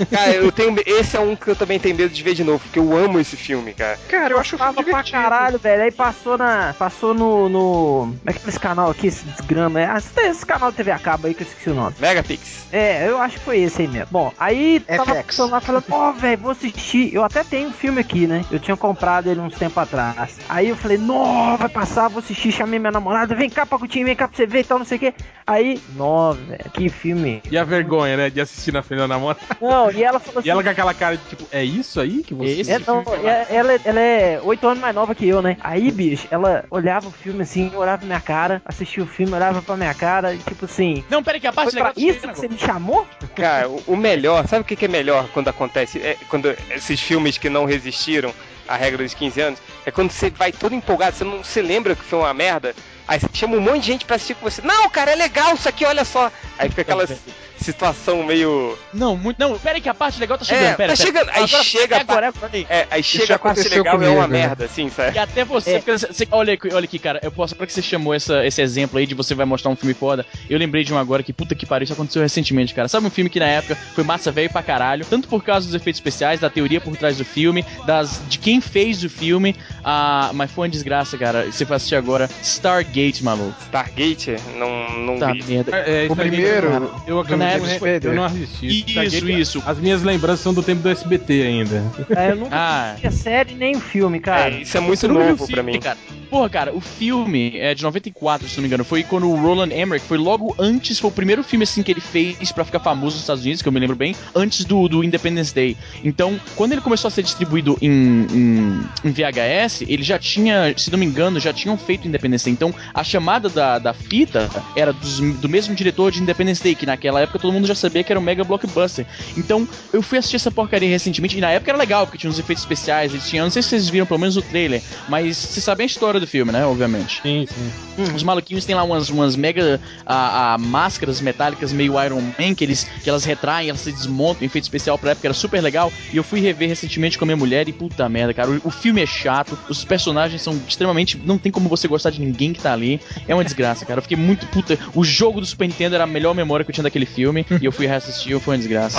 D: Cara, eu tenho. me- Esse é um que eu também tenho medo de ver de novo, porque eu amo esse filme, cara.
C: Cara, eu acho
A: Tava pra caralho, velho. Aí passou na. Passou no. no como é que é esse canal aqui, esse desgrama? É, esse, esse canal de TV acaba aí que eu esqueci o nome.
D: Megapix.
A: É, eu acho que foi esse aí mesmo. Bom, aí tava
C: FX.
A: passando lá falando, ó, velho, vou assistir. Eu até tenho filme aqui, né? Eu tinha comprado ele uns tempo atrás. Aí eu falei, não, vai passar, vou assistir, chamei minha namorada, vem cá, Pacutinho, vem cá pra você ver e tal, não sei o quê. Aí, nossa, velho, que filme.
B: E a vergonha, né? De assistir na frente da namorada.
A: Não, e ela falou assim.
B: E ela com aquela cara de tipo, é isso aí que você.
E: Esse
A: É, não,
E: filme foi
A: é- ela, ela é oito anos mais nova que eu, né? Aí, bicho, ela olhava o filme assim, olhava pra minha cara, assistia o filme, olhava pra minha cara, e tipo assim.
E: Não, pera que a
A: Foi
E: parte
A: pra
E: legal tá
A: isso que você me chamou?
D: Cara, o- o melhor, sabe o que que é melhor quando acontece? É quando esses filmes que não resistiram à regra dos 15 anos, é quando você vai todo empolgado, você não se lembra que foi uma merda, aí você chama um monte de gente pra assistir com você. Não, cara, é legal isso aqui, olha só. Aí fica aquela si- situação meio.
E: Não, muito. Não, pera que a parte legal tá
D: É,
E: chegando.
D: tá
E: pera,
D: chegando. Aí chega.
E: É
D: a
E: agora,
D: parte-
E: é agora aí.
D: É, aí chega
C: já
D: a parte
C: aconteceu
D: legal e é uma
C: comigo, né?
D: merda, assim, sabe?
E: E até você,
A: É.
E: porque você- você- olha, aqui, olha aqui, cara, eu posso, pra que você chamou essa- esse exemplo aí de você vai mostrar um filme foda, eu lembrei de um agora que, puta que pariu, isso aconteceu recentemente, cara. Sabe um filme que na época foi massa velho pra caralho, tanto por causa dos efeitos especiais, da teoria por trás do filme, das, de quem fez o filme, ah, mas foi uma desgraça, cara. Você vai assistir agora Stargate, maluco.
D: Stargate, não, não
E: Tá
D: vi.
E: merda.
B: É, é,
C: O
B: Stargate,
C: primeiro,
B: Eu, acabei
E: na
B: de-
E: época,
B: eu
C: Pedro.
B: não assisti.
E: Isso,
B: Stargate,
E: isso.
B: As minhas lembranças são do tempo do SBT ainda.
A: Aí É, eu nunca
E: Ah.
A: assisti a série nem o filme, cara.
D: É, isso é muito
E: Você nunca viu
D: novo
E: o
D: pra
E: filme,
D: mim.
E: Cara. Porra, cara, o filme é de 94, se não me engano. Foi quando o Roland Emmerich foi logo antes, foi o primeiro filme assim que ele fez pra ficar famoso nos Estados Unidos, que eu me lembro bem, antes do, do Independence Day. Então, quando ele começou a ser distribuído em, em, em VHS, ele já tinha, se não me engano, já tinham feito Independence Day. Então, a chamada da, da fita era dos- do mesmo diretor de Independence Day, que naquela época todo mundo já sabia que era um mega blockbuster. Então, eu fui assistir essa porcaria recentemente, e na época era legal, porque tinha uns efeitos especiais, eles tinham, não sei se vocês viram pelo menos o trailer, mas vocês sabem a história do filme, né? Obviamente.
B: Sim, sim.
E: Os maluquinhos têm lá umas, umas mega ah, ah, máscaras metálicas meio Iron Man que, eles, que elas retraem, elas se desmontam, efeito especial pra época era super legal. E eu fui rever recentemente com a minha mulher e puta merda, cara. O, o filme é chato, os personagens são extremamente. Não tem como você gostar de ninguém que tá ali. É uma desgraça, cara. Eu fiquei muito puta. O jogo do Super Nintendo era a melhor memória que eu tinha daquele filme. e eu fui reassistir, foi uma desgraça.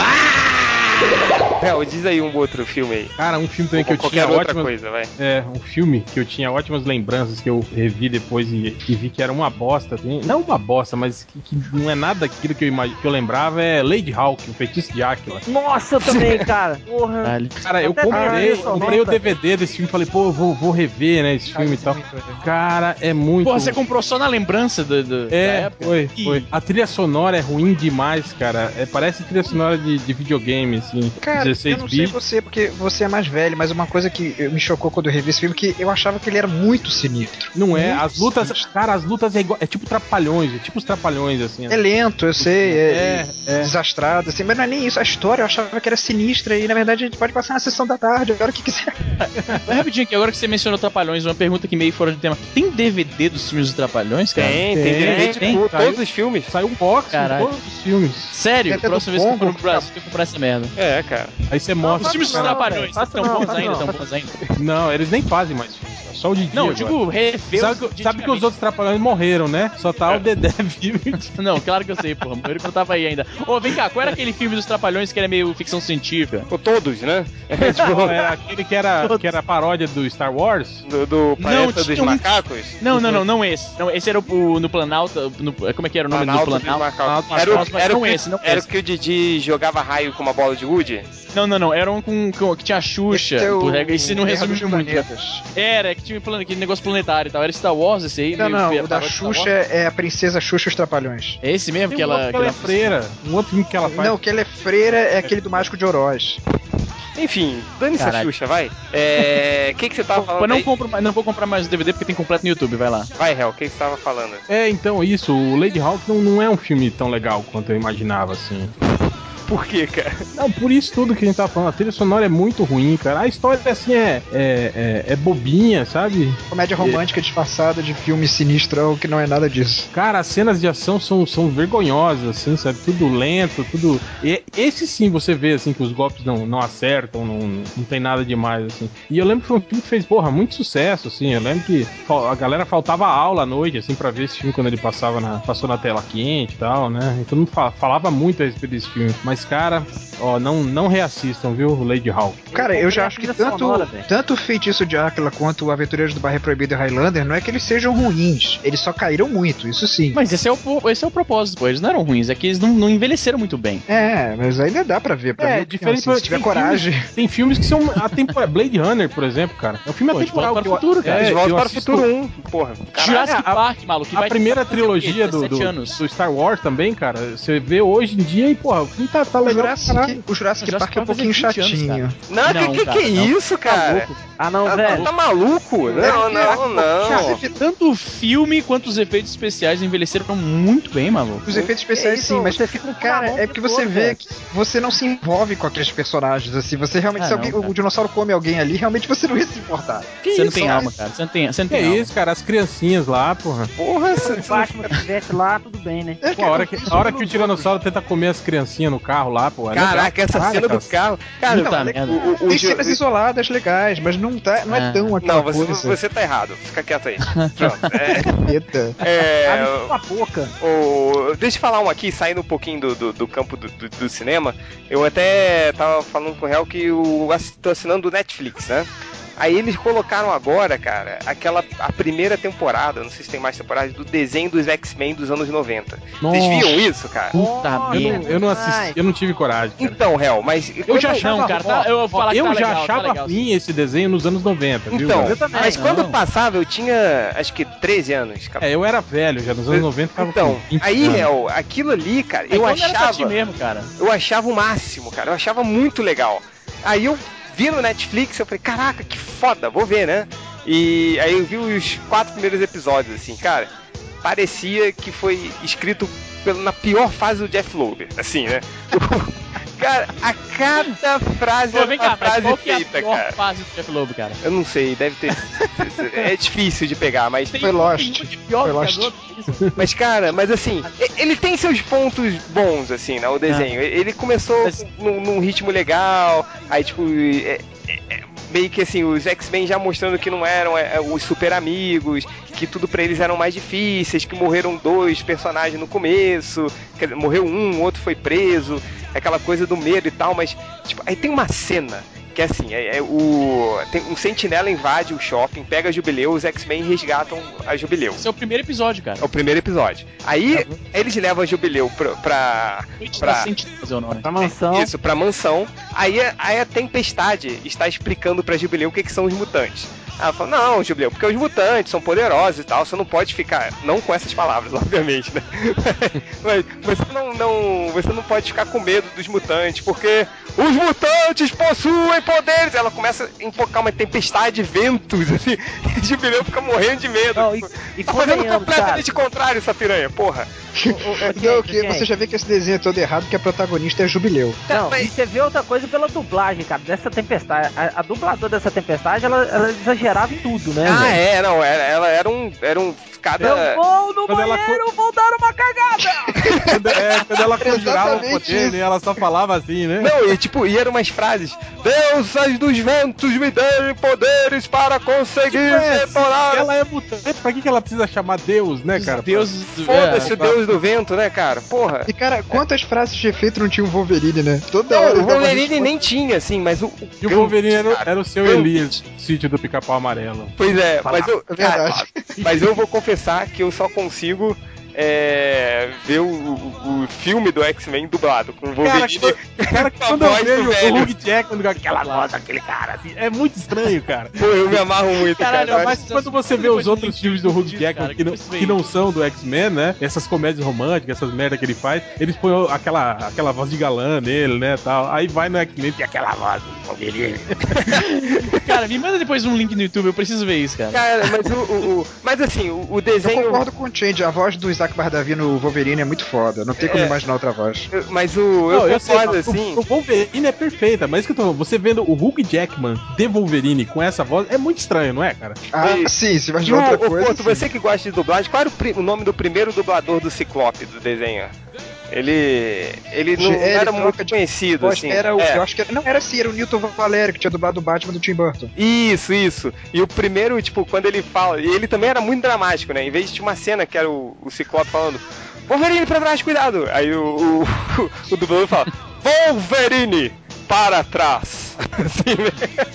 D: Léo, diz aí um outro filme aí.
B: Cara, um filme também que
D: Ou
B: eu
D: qualquer
B: tinha
D: outra
B: ótimas
D: coisa, vai.
B: É, um filme que eu tinha ótimas lembranças que eu revi depois e, e vi que era uma bosta. assim. Não uma bosta, mas que, que não é nada aquilo que eu, imag... que eu lembrava. É Lady Hawk, o feitiço de Áquila.
A: Nossa, eu também, cara. Porra.
E: Caralho.
B: Cara, eu
A: Até
B: comprei,
A: parece,
B: eu comprei o
A: nota.
B: DVD desse filme falei, pô, eu vou, vou rever, né, esse filme e tal. Cara, é muito.
E: Porra, você comprou só na lembrança do, do- da
B: É,
E: época?
B: foi,
E: Ih,
B: foi. A trilha sonora é ruim demais, cara. É, parece trilha sonora de, de videogame, assim.
C: Cara,
B: 16
C: eu não sei
B: bits.
C: você, porque você é mais velho, mas uma coisa que eu- me chocou quando eu revi esse filme, é que eu achava que ele era muito sinistro.
B: Não é,
C: Muito
B: as lutas.
C: sinistro.
B: Cara, as lutas é igual. É tipo trapalhões, é tipo os trapalhões, assim.
C: É lento, eu sei, é,
B: É, é.
C: desastrado, assim, mas não é nem isso. A história eu achava que era sinistra e, na verdade, a gente pode passar na sessão da tarde, a hora que quiser.
E: Mas Rapidinho aqui, agora que você mencionou Trapalhões, uma pergunta que meio fora de tema. Tem DVD dos filmes dos Trapalhões, cara?
D: Tem, tem,
B: tem,
D: DVD de
E: tem.
D: cu-
B: Saiu-
D: todos os filmes.
B: Saiu um box em
E: Caralho.
B: todos os filmes.
E: Sério?
C: Tem até do
E: próxima vez que eu for
C: Congo,
E: no Brasil, eu vou comprar essa merda.
D: É, cara.
B: Aí você mostra.
E: Os filmes dos
A: não,
E: Trapalhões
A: velho.
E: estão
A: Faça não,
E: bons
A: faça
E: ainda,
A: não.
E: estão bons ainda.
B: Não, eles nem fazem mais filmes. cara. Só o Didi.
E: Não, eu
B: agora.
E: digo, É. rever
B: Sabe, que, sabe que os outros trapalhões morreram, né? Só tá o Dedé vivo.
E: Não, claro que eu sei, porra. Morreram que eu tava aí ainda. Ô, vem cá, qual era aquele filme dos Trapalhões que era meio ficção científica?
D: Ou todos, né? É,
B: Não,
D: tipo,
B: era aquele que era, que era paródia do Star Wars.
D: do, do planeta dos
E: tinha um-
D: macacos.
E: Não, não, não, não esse. Não, esse era o, o no Planalto. no- como é que era o nome
D: Planalto
E: do
D: dos
E: Planalto?
D: macacos.
E: Planalto,
D: Era o-
E: Planalto, mas
D: era o
E: não
D: que-
E: esse, não
D: Era o
E: esse.
D: que o Didi jogava raio com uma bola de gude?
E: Não, não, não. Era um com, com- que tinha a Xuxa.
C: Esse é o
E: Por regra, esse não
C: Guerra
E: resume
C: dos
E: muito. né?
C: Planetas.
E: Era, que tinha um plano, aquele negócio planetário e tal. Era Star Wars esse aí?
C: Não,
E: meio
C: não,
E: que-
C: o da
E: paródia de Star Wars?
C: Xuxa é a princesa Xuxa e os Trapalhões.
E: É esse mesmo
B: Tem
E: que
B: um
E: ela.
B: outro que ela é freira. Um outro filme que ela faz.
C: Não, que ela é freira é aquele do Mágico de Oroz.
D: Enfim, dane essa
E: Caralho.
D: Xuxa, vai. É. O que, que você tava
E: Mas
D: falando?
E: não,
D: aí?
E: compro, mais- não vou comprar mais o DVD porque tem completo no YouTube, vai lá.
D: Vai, Hel, o que, que você tava falando?
B: É, então, isso. O Lady Hawk não, não é um filme tão legal quanto eu imaginava, assim.
D: Por que, cara?
B: Não, por isso tudo que a gente tá falando. A trilha sonora é muito ruim, cara. A história, assim, é, é, é, é bobinha, sabe?
C: Comédia romântica disfarçada de filme sinistrão que não é nada disso.
B: Cara, as cenas de ação são, são vergonhosas, assim, sabe? Tudo lento, tudo. E esse sim você vê, assim, que os golpes não, não acertam, não, não tem nada demais, assim. E eu lembro que foi um filme que fez, porra, muito sucesso, assim. Eu lembro que fal- a galera faltava aula à noite, assim, pra ver esse filme quando ele passava na, passou na tela quente e tal, né? Então não falava muito a respeito desse filme. filme. Mas, cara, ó, não, não reassistam, viu? O Lady Hawk.
C: Cara, eu já acho que tanto,
A: Sonora, velho.
C: tanto o Feitiço de Áquila quanto o Aventureiros do Barra Proibido e Highlander não é que eles sejam ruins. Eles só caíram muito, isso sim.
E: Mas esse é, o, po- esse é o propósito, pô. Eles não eram ruins, é que eles não, não envelheceram muito bem.
C: É, mas ainda dá pra ver. Pra
B: É,
C: mim, opinião,
B: diferente
C: assim,
B: pra-
C: se tiver
B: tem
C: coragem.
B: Tem filmes que são atemporais. Blade Runner, por exemplo, cara. É um filme
E: Pô, De
B: atemporal.
E: Volta
B: que
E: para o Futuro,
B: eu,
E: cara.
B: é,
D: De volta
B: eu
D: para o
B: assisto-
D: futuro 1, porra.
E: Jurassic
B: a-
E: Park, maluco. e
B: A
E: vai-
B: primeira trilogia
E: quê?
B: do, do,
E: 17 anos.
B: do Star Wars também, cara, você vê hoje em dia e, porra, o filme tá, tá
C: O
B: legal. pra caralho.
C: Jurassic, o Jurassic
E: O Jurassic
C: Park é um
E: Park vai
C: pouquinho
E: fazer 20 anos,
C: chatinho.
D: Não,
E: Não,
D: que, que,
E: cara,
D: que é
E: não. Tá
D: isso, cara?
A: Ah, não,
D: Tá,
A: velho.
D: tá maluco? Não, não, não.
C: É, Os efe-
E: Tanto o filme quanto os efeitos especiais envelheceram muito bem, maluco.
C: Os efeitos especiais
A: É isso,
C: sim, mas
A: você fica com
C: cara,
A: na mão
C: é
A: do
C: porque
A: todo,
C: você vê
A: velho.
C: que você não se envolve com aqueles personagens, assim, você realmente,
E: Ah,
C: se alguém-
E: não, cara.
C: o dinossauro come alguém ali, realmente você não ia se importar.
E: Você não
C: isso,
E: tem
C: cara?
E: alma, cara. Você não tem, você não
B: Que
E: tem alma.
B: isso, cara, as criancinhas lá, porra.
D: Porra,
C: tá
A: Se o Batman estivesse lá, tudo bem, né?
C: É,
B: Pô, a hora que, a hora que o
C: outros.
B: Tiranossauro tenta comer as criancinhas no carro lá, pô. é legal.
D: Caraca, essa
B: Caralho,
D: cena
B: cara.
D: do carro. Cara,
E: Puta merda.
D: o, o,
C: Tem
D: o,
C: cenas isoladas legais, mas não, tá, não é
E: Ah.
C: tão aquela
D: não, você,
C: coisa.
D: você tá errado. Fica quieto aí. Pronto. É,
C: Eita.
D: é,
A: Abre sua boca.
D: o- deixa eu falar um aqui, saindo um pouquinho do, do, do campo do, do- do cinema. Eu até tava falando com o Real que o ass- tô assinando o Netflix, né? Aí eles colocaram agora, cara, aquela a primeira temporada, não sei se tem mais temporada, do desenho dos X-Men dos anos 90. Vocês
B: Nossa,
D: viam isso, cara?
E: Puta
A: Nossa,
B: eu,
E: merda.
B: não, eu não assisti,
A: Ai.
B: eu não tive coragem, cara.
D: Então, Real, mas.
B: Eu já achava,
E: Não, cara, tá- eu vou falar que
B: eu
E: tá
B: já
E: legal, tá
B: achava
E: legal,
B: ruim esse desenho nos anos 90, viu?
D: Então,
B: velho?
A: também.
D: mas
E: não.
D: quando passava, eu tinha acho que 13 anos, cara.
B: É, eu era velho já, nos anos
D: Eu-
B: 90 tava
D: Então,
B: com 20
D: aí,
B: anos.
D: Real, aquilo ali, cara,
E: Aí
D: eu
E: quando Era pra ti
D: achava.
E: mesmo, cara.
D: Eu achava o máximo, cara. Eu achava muito legal. Aí eu vi no Netflix, eu falei, caraca, que foda, vou ver, né? E aí eu vi os quatro primeiros episódios, assim, cara. Parecia que foi escrito pelo- na pior fase do Jeff Loeb, assim, né? cara, a cada frase
E: Pô,
D: era
E: vem
D: uma
E: cá, mas
D: frase
E: qual que é a
D: feita,
E: pior
D: cara.
E: fase do Jeff Lobo, cara?
D: Eu não sei, deve ter. é difícil de pegar, mas.
E: Tem
C: Foi Lost.
E: uma de pior
C: Foi
E: que as
C: Lost.
E: outras.
D: Mas, cara, mas assim, e- ele tem seus pontos bons, assim, né? O desenho. E- Ele começou
E: Mas-
D: com- num, num ritmo legal, aí, tipo, é- é- é meio que assim, os X-Men já mostrando que não eram é, é, os super amigos, que tudo pra eles eram mais difíceis, que morreram dois personagens no começo, quer dizer, morreu um, o outro foi preso, aquela coisa do medo e tal, mas, tipo, aí tem uma cena. Que é assim, é, é o. Tem, um sentinela invade o shopping, pega a jubileu, os X-Men resgatam a jubileu.
E: Esse é o primeiro episódio, cara.
D: É o primeiro episódio. Aí
A: É.
D: eles levam a Jubileu pra. pra,
E: Noite
D: pra-
E: da Sentinela, é o nome.
A: Pra mansão.
D: isso, pra mansão. Aí, a- aí a Tempestade está explicando pra Jubileu o que, que são os mutantes. Ela fala: Não, Jubileu, porque os mutantes são poderosos e tal, você não pode ficar. Não com essas palavras, obviamente, né? Mas você não, não, você não pode ficar com medo dos mutantes, porque os mutantes possuem poderes. Ela começa a invocar uma tempestade de ventos, assim. E Jubileu fica morrendo de medo.
A: Não, e, e
D: Tá fazendo
A: convenhamos, cara.
D: completamente contrário essa piranha, porra.
C: Não, que
A: gente.
C: você já vê que esse desenho é todo errado, que a protagonista é Jubileu.
A: Não,
D: Mas-
A: e você vê outra coisa pela dublagem, cara, dessa tempestade. A, a dubladora dessa tempestade, ela, ela exagerava em tudo, né?
D: ah,
A: velho?
D: é, não, era- ela era um. Era um.
A: Eu
D: Cada.
A: vou no
B: É. Quando ela
A: banheiro, vou dar uma cagada!
B: Quando, é, quando ela conjurava o
C: Exatamente
B: poder,
C: isso.
B: né, ela só falava assim, né?
D: Não, e tipo, e eram umas frases. Deusas dos ventos me deem poderes para conseguir
B: É, se
D: detonar.
B: ela é mutante, pra que, que ela precisa chamar Deus, né, cara?
E: Deuses do-
D: Foda-se
E: é,
D: o deus do vento, né, cara? Porra.
C: E cara, quantas frases de efeito não tinha o Wolverine, né?
B: Então,
C: Toda hora
D: Não,
C: ele
D: o
C: dava
D: Wolverine
C: resposta.
D: nem tinha, assim, mas o. o
B: E o
D: Gambit,
B: Wolverine era,
D: cara.
B: era o seu
D: Gambit.
B: Elias, do sítio do pica-pau amarelo.
D: Pois é, mas eu.
C: É verdade.
D: cara, mas eu vou confessar que eu só consigo. é, ver o, o- o filme do X-Men dublado com o
B: Cara,
D: Wolverine
B: quando, cara,
D: com a
B: quando eu
D: voz do
B: vejo
D: velho.
B: o Hugh Jackman com aquela voz daquele cara, assim, é muito estranho, cara.
D: Pô, eu me amarro muito,
E: Caralho,
D: cara.
E: mas-
B: Mas quando você vê os outros filmes do Hugh
E: Isso,
B: Jackman
E: cara,
B: que, não,
E: que isso aí.
B: que não são do X-Men, né? Essas comédias românticas, essas merda que ele faz, eles põem aquela, aquela voz de galã nele, né? Tal. Aí vai no X-Men e aquela voz do Wolverine.
E: Cara, me manda depois um link no YouTube, eu preciso ver isso, cara.
D: Cara, mas o, o- o- mas assim, o, o
C: Eu
D: desenho,
C: concordo com o Change, a voz do Isaac Bardavi no Wolverine é muito foda, não tem como
D: É.
C: imaginar outra voz.
D: eu- mas o eu
B: Não, eu sei,
D: concordo
B: o-
D: assim.
B: O Wolverine é perfeita, mas isso que eu tô falando, você vendo o Hulk Jackman de Wolverine com essa voz é muito estranho, não é, cara?
C: Ah,
D: E-
C: sim, se
D: E o,
C: imaginar
D: o
C: outra coisa.
D: Porto, você que gosta de dublagem, qual era o, pri- o nome do primeiro dublador do Ciclope do desenho? Ele. Ele não
C: Ele
D: era
C: troca
D: muito
C: de
D: conhecido,
C: Eu acho
D: assim.
C: que era o,
D: É.
C: eu acho que era- não era assim, era o Newton Valério que tinha dublado o Batman do Tim Burton.
D: Isso, isso. E o primeiro, tipo, quando ele fala. E ele também era muito dramático, né? Em vez de uma cena que era o, o Ciclope falando: Wolverine pra trás, cuidado! Aí o, o, o dublador fala: Wolverine para trás! Assim, né?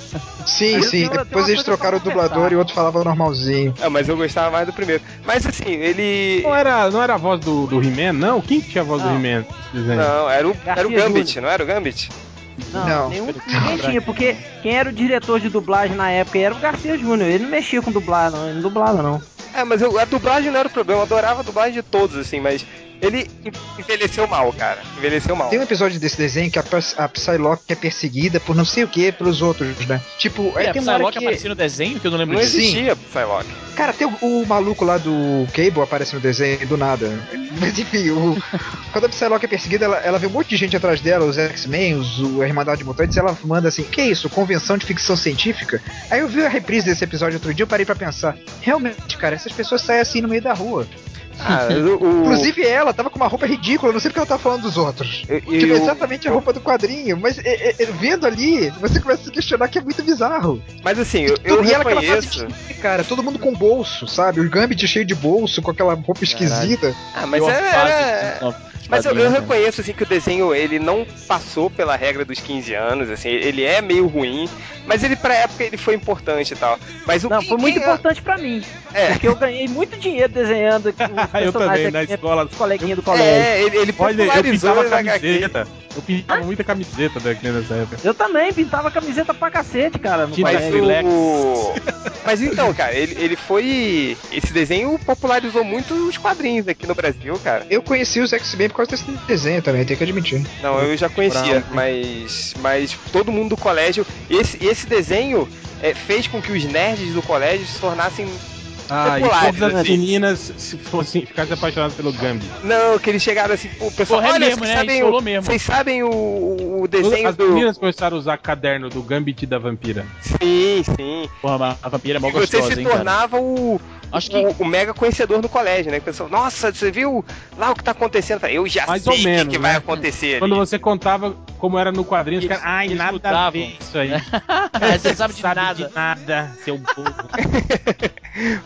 C: Sim,
A: Aí eu
C: sim.
A: tenho- eu tenho
C: Depois
A: uma
C: eles
A: coisa pra
C: trocaram o
A: confessar.
C: dublador e o outro falava normalzinho.
D: Ah, mas eu gostava mais do primeiro. Mas assim, ele.
B: Não era, não era a voz do, do He-Man, não? Quem que tinha a voz do
A: Não.
B: He-Man? desenho?
D: Não, era o, era o
A: Garcia
D: Gambit,
A: Júnior.
D: não era o Gambit?
A: Não,
C: Não.
A: nenhum ninguém tinha, porque quem era o diretor de dublagem na época era o Garcia Júnior. Ele não mexia com dublagem, não. Ele não dublava, não.
D: É, mas eu- a dublagem não era o problema, eu adorava a dublagem de todos, assim, mas ele en- envelheceu mal, cara. Envelheceu mal.
C: Tem um episódio desse desenho que a, Pys- a Psylocke é perseguida por não sei o que pelos outros, né? Tipo, aí
E: É,
C: tem uma hora
E: Psylocke
C: que...
E: aparecia no desenho, que eu não lembro
D: Não
E: disso.
D: existia Psylocke.
C: Cara, tem o, o maluco lá do Cable aparece no desenho do nada. Mas enfim, o- quando a Psylocke é perseguida, ela, ela vê um monte de gente atrás dela, os X-Men, os- o- a Irmandade de Mutantes, e ela manda assim, que isso, convenção de ficção científica? Aí eu vi a reprise desse episódio outro dia, eu parei pra pensar, realmente, cara, essas pessoas saem assim no meio da rua.
D: Ah, o, o-
C: Inclusive ela, tava com uma roupa ridícula, não sei porque ela tava falando dos outros.
D: e- e
C: Tipo,
D: o-
C: exatamente a roupa do quadrinho, mas é- é- é, vendo ali, você começa a se questionar que é muito bizarro.
D: Mas assim, eu, eu
C: Tudo- e ela com aquela frase
D: reconheço.
C: esquisita, Cara, todo mundo com bolso, sabe? O Gambit cheio de bolso, com aquela roupa esquisita.
D: Ah, mas
E: Deu uma fase
D: era.
E: dos novos
D: Mas eu, eu
E: quadrinhos, né?
D: reconheço assim que o desenho ele não passou pela regra dos 15 anos, assim, ele é meio ruim, mas ele pra época ele foi importante e tal. Mas o
A: Não,
D: que-
A: foi muito
D: quem-
A: importante pra mim.
D: É.
A: Porque eu ganhei muito dinheiro desenhando os
B: eu também,
A: personagens
B: na
A: aqui,
B: escola.
A: os coleguinhas do colégio.
D: É, ele, ele
B: Olha, eu
D: popularizou
B: pintava
D: as HQ.
B: camiseta. Eu pintava muita camiseta daqui nessa época.
A: Eu também pintava camiseta pra cacete, cara. no
B: Tinta
D: Mas,
A: colégio.
B: frio. Relax.
D: o... Mas então, cara, ele, ele foi. Esse desenho popularizou muito os quadrinhos aqui no Brasil, cara.
C: Eu conheci os X-Men por causa desse desenho também, tenho que admitir.
D: Não, eu já conhecia, mas. Mas todo mundo do colégio. Esse, esse desenho é, fez com que os nerds do colégio se tornassem.
B: Ah, e
D: populares,
B: todas as
D: assim.
B: meninas se fossem, ficassem apaixonadas pelo Gambit.
D: Não, que eles chegaram assim, pô, pessoal,
E: Porra, é
D: olha,
E: mesmo,
D: vocês
E: né?
D: sabem,
E: Isso rolou
D: o,
E: mesmo.
D: vocês sabem o, o
B: Todas
D: desenho
B: As
D: do.
B: meninas começaram a usar caderno do Gambit e da vampira.
D: Sim, sim.
E: Porra, mas a vampira é mó
D: E você
E: gostosa,
D: se
E: hein, cara.
D: tornava o,
E: Acho que...
D: o, o mega conhecedor no colégio, né? Que Pensou, nossa, você viu lá o que tá acontecendo? Eu falei, Eu já
B: Mais
D: sei
B: ou
D: o que,
B: menos,
D: que vai
B: né?
D: acontecer.
B: Quando você contava como era no quadrinho, os
E: Eles-
B: caras. Ai,
E: eles
B: nada a ver
E: mudavam.
B: isso aí.
E: Você sabe de
B: Sabe
E: nada.
B: de nada, seu burro.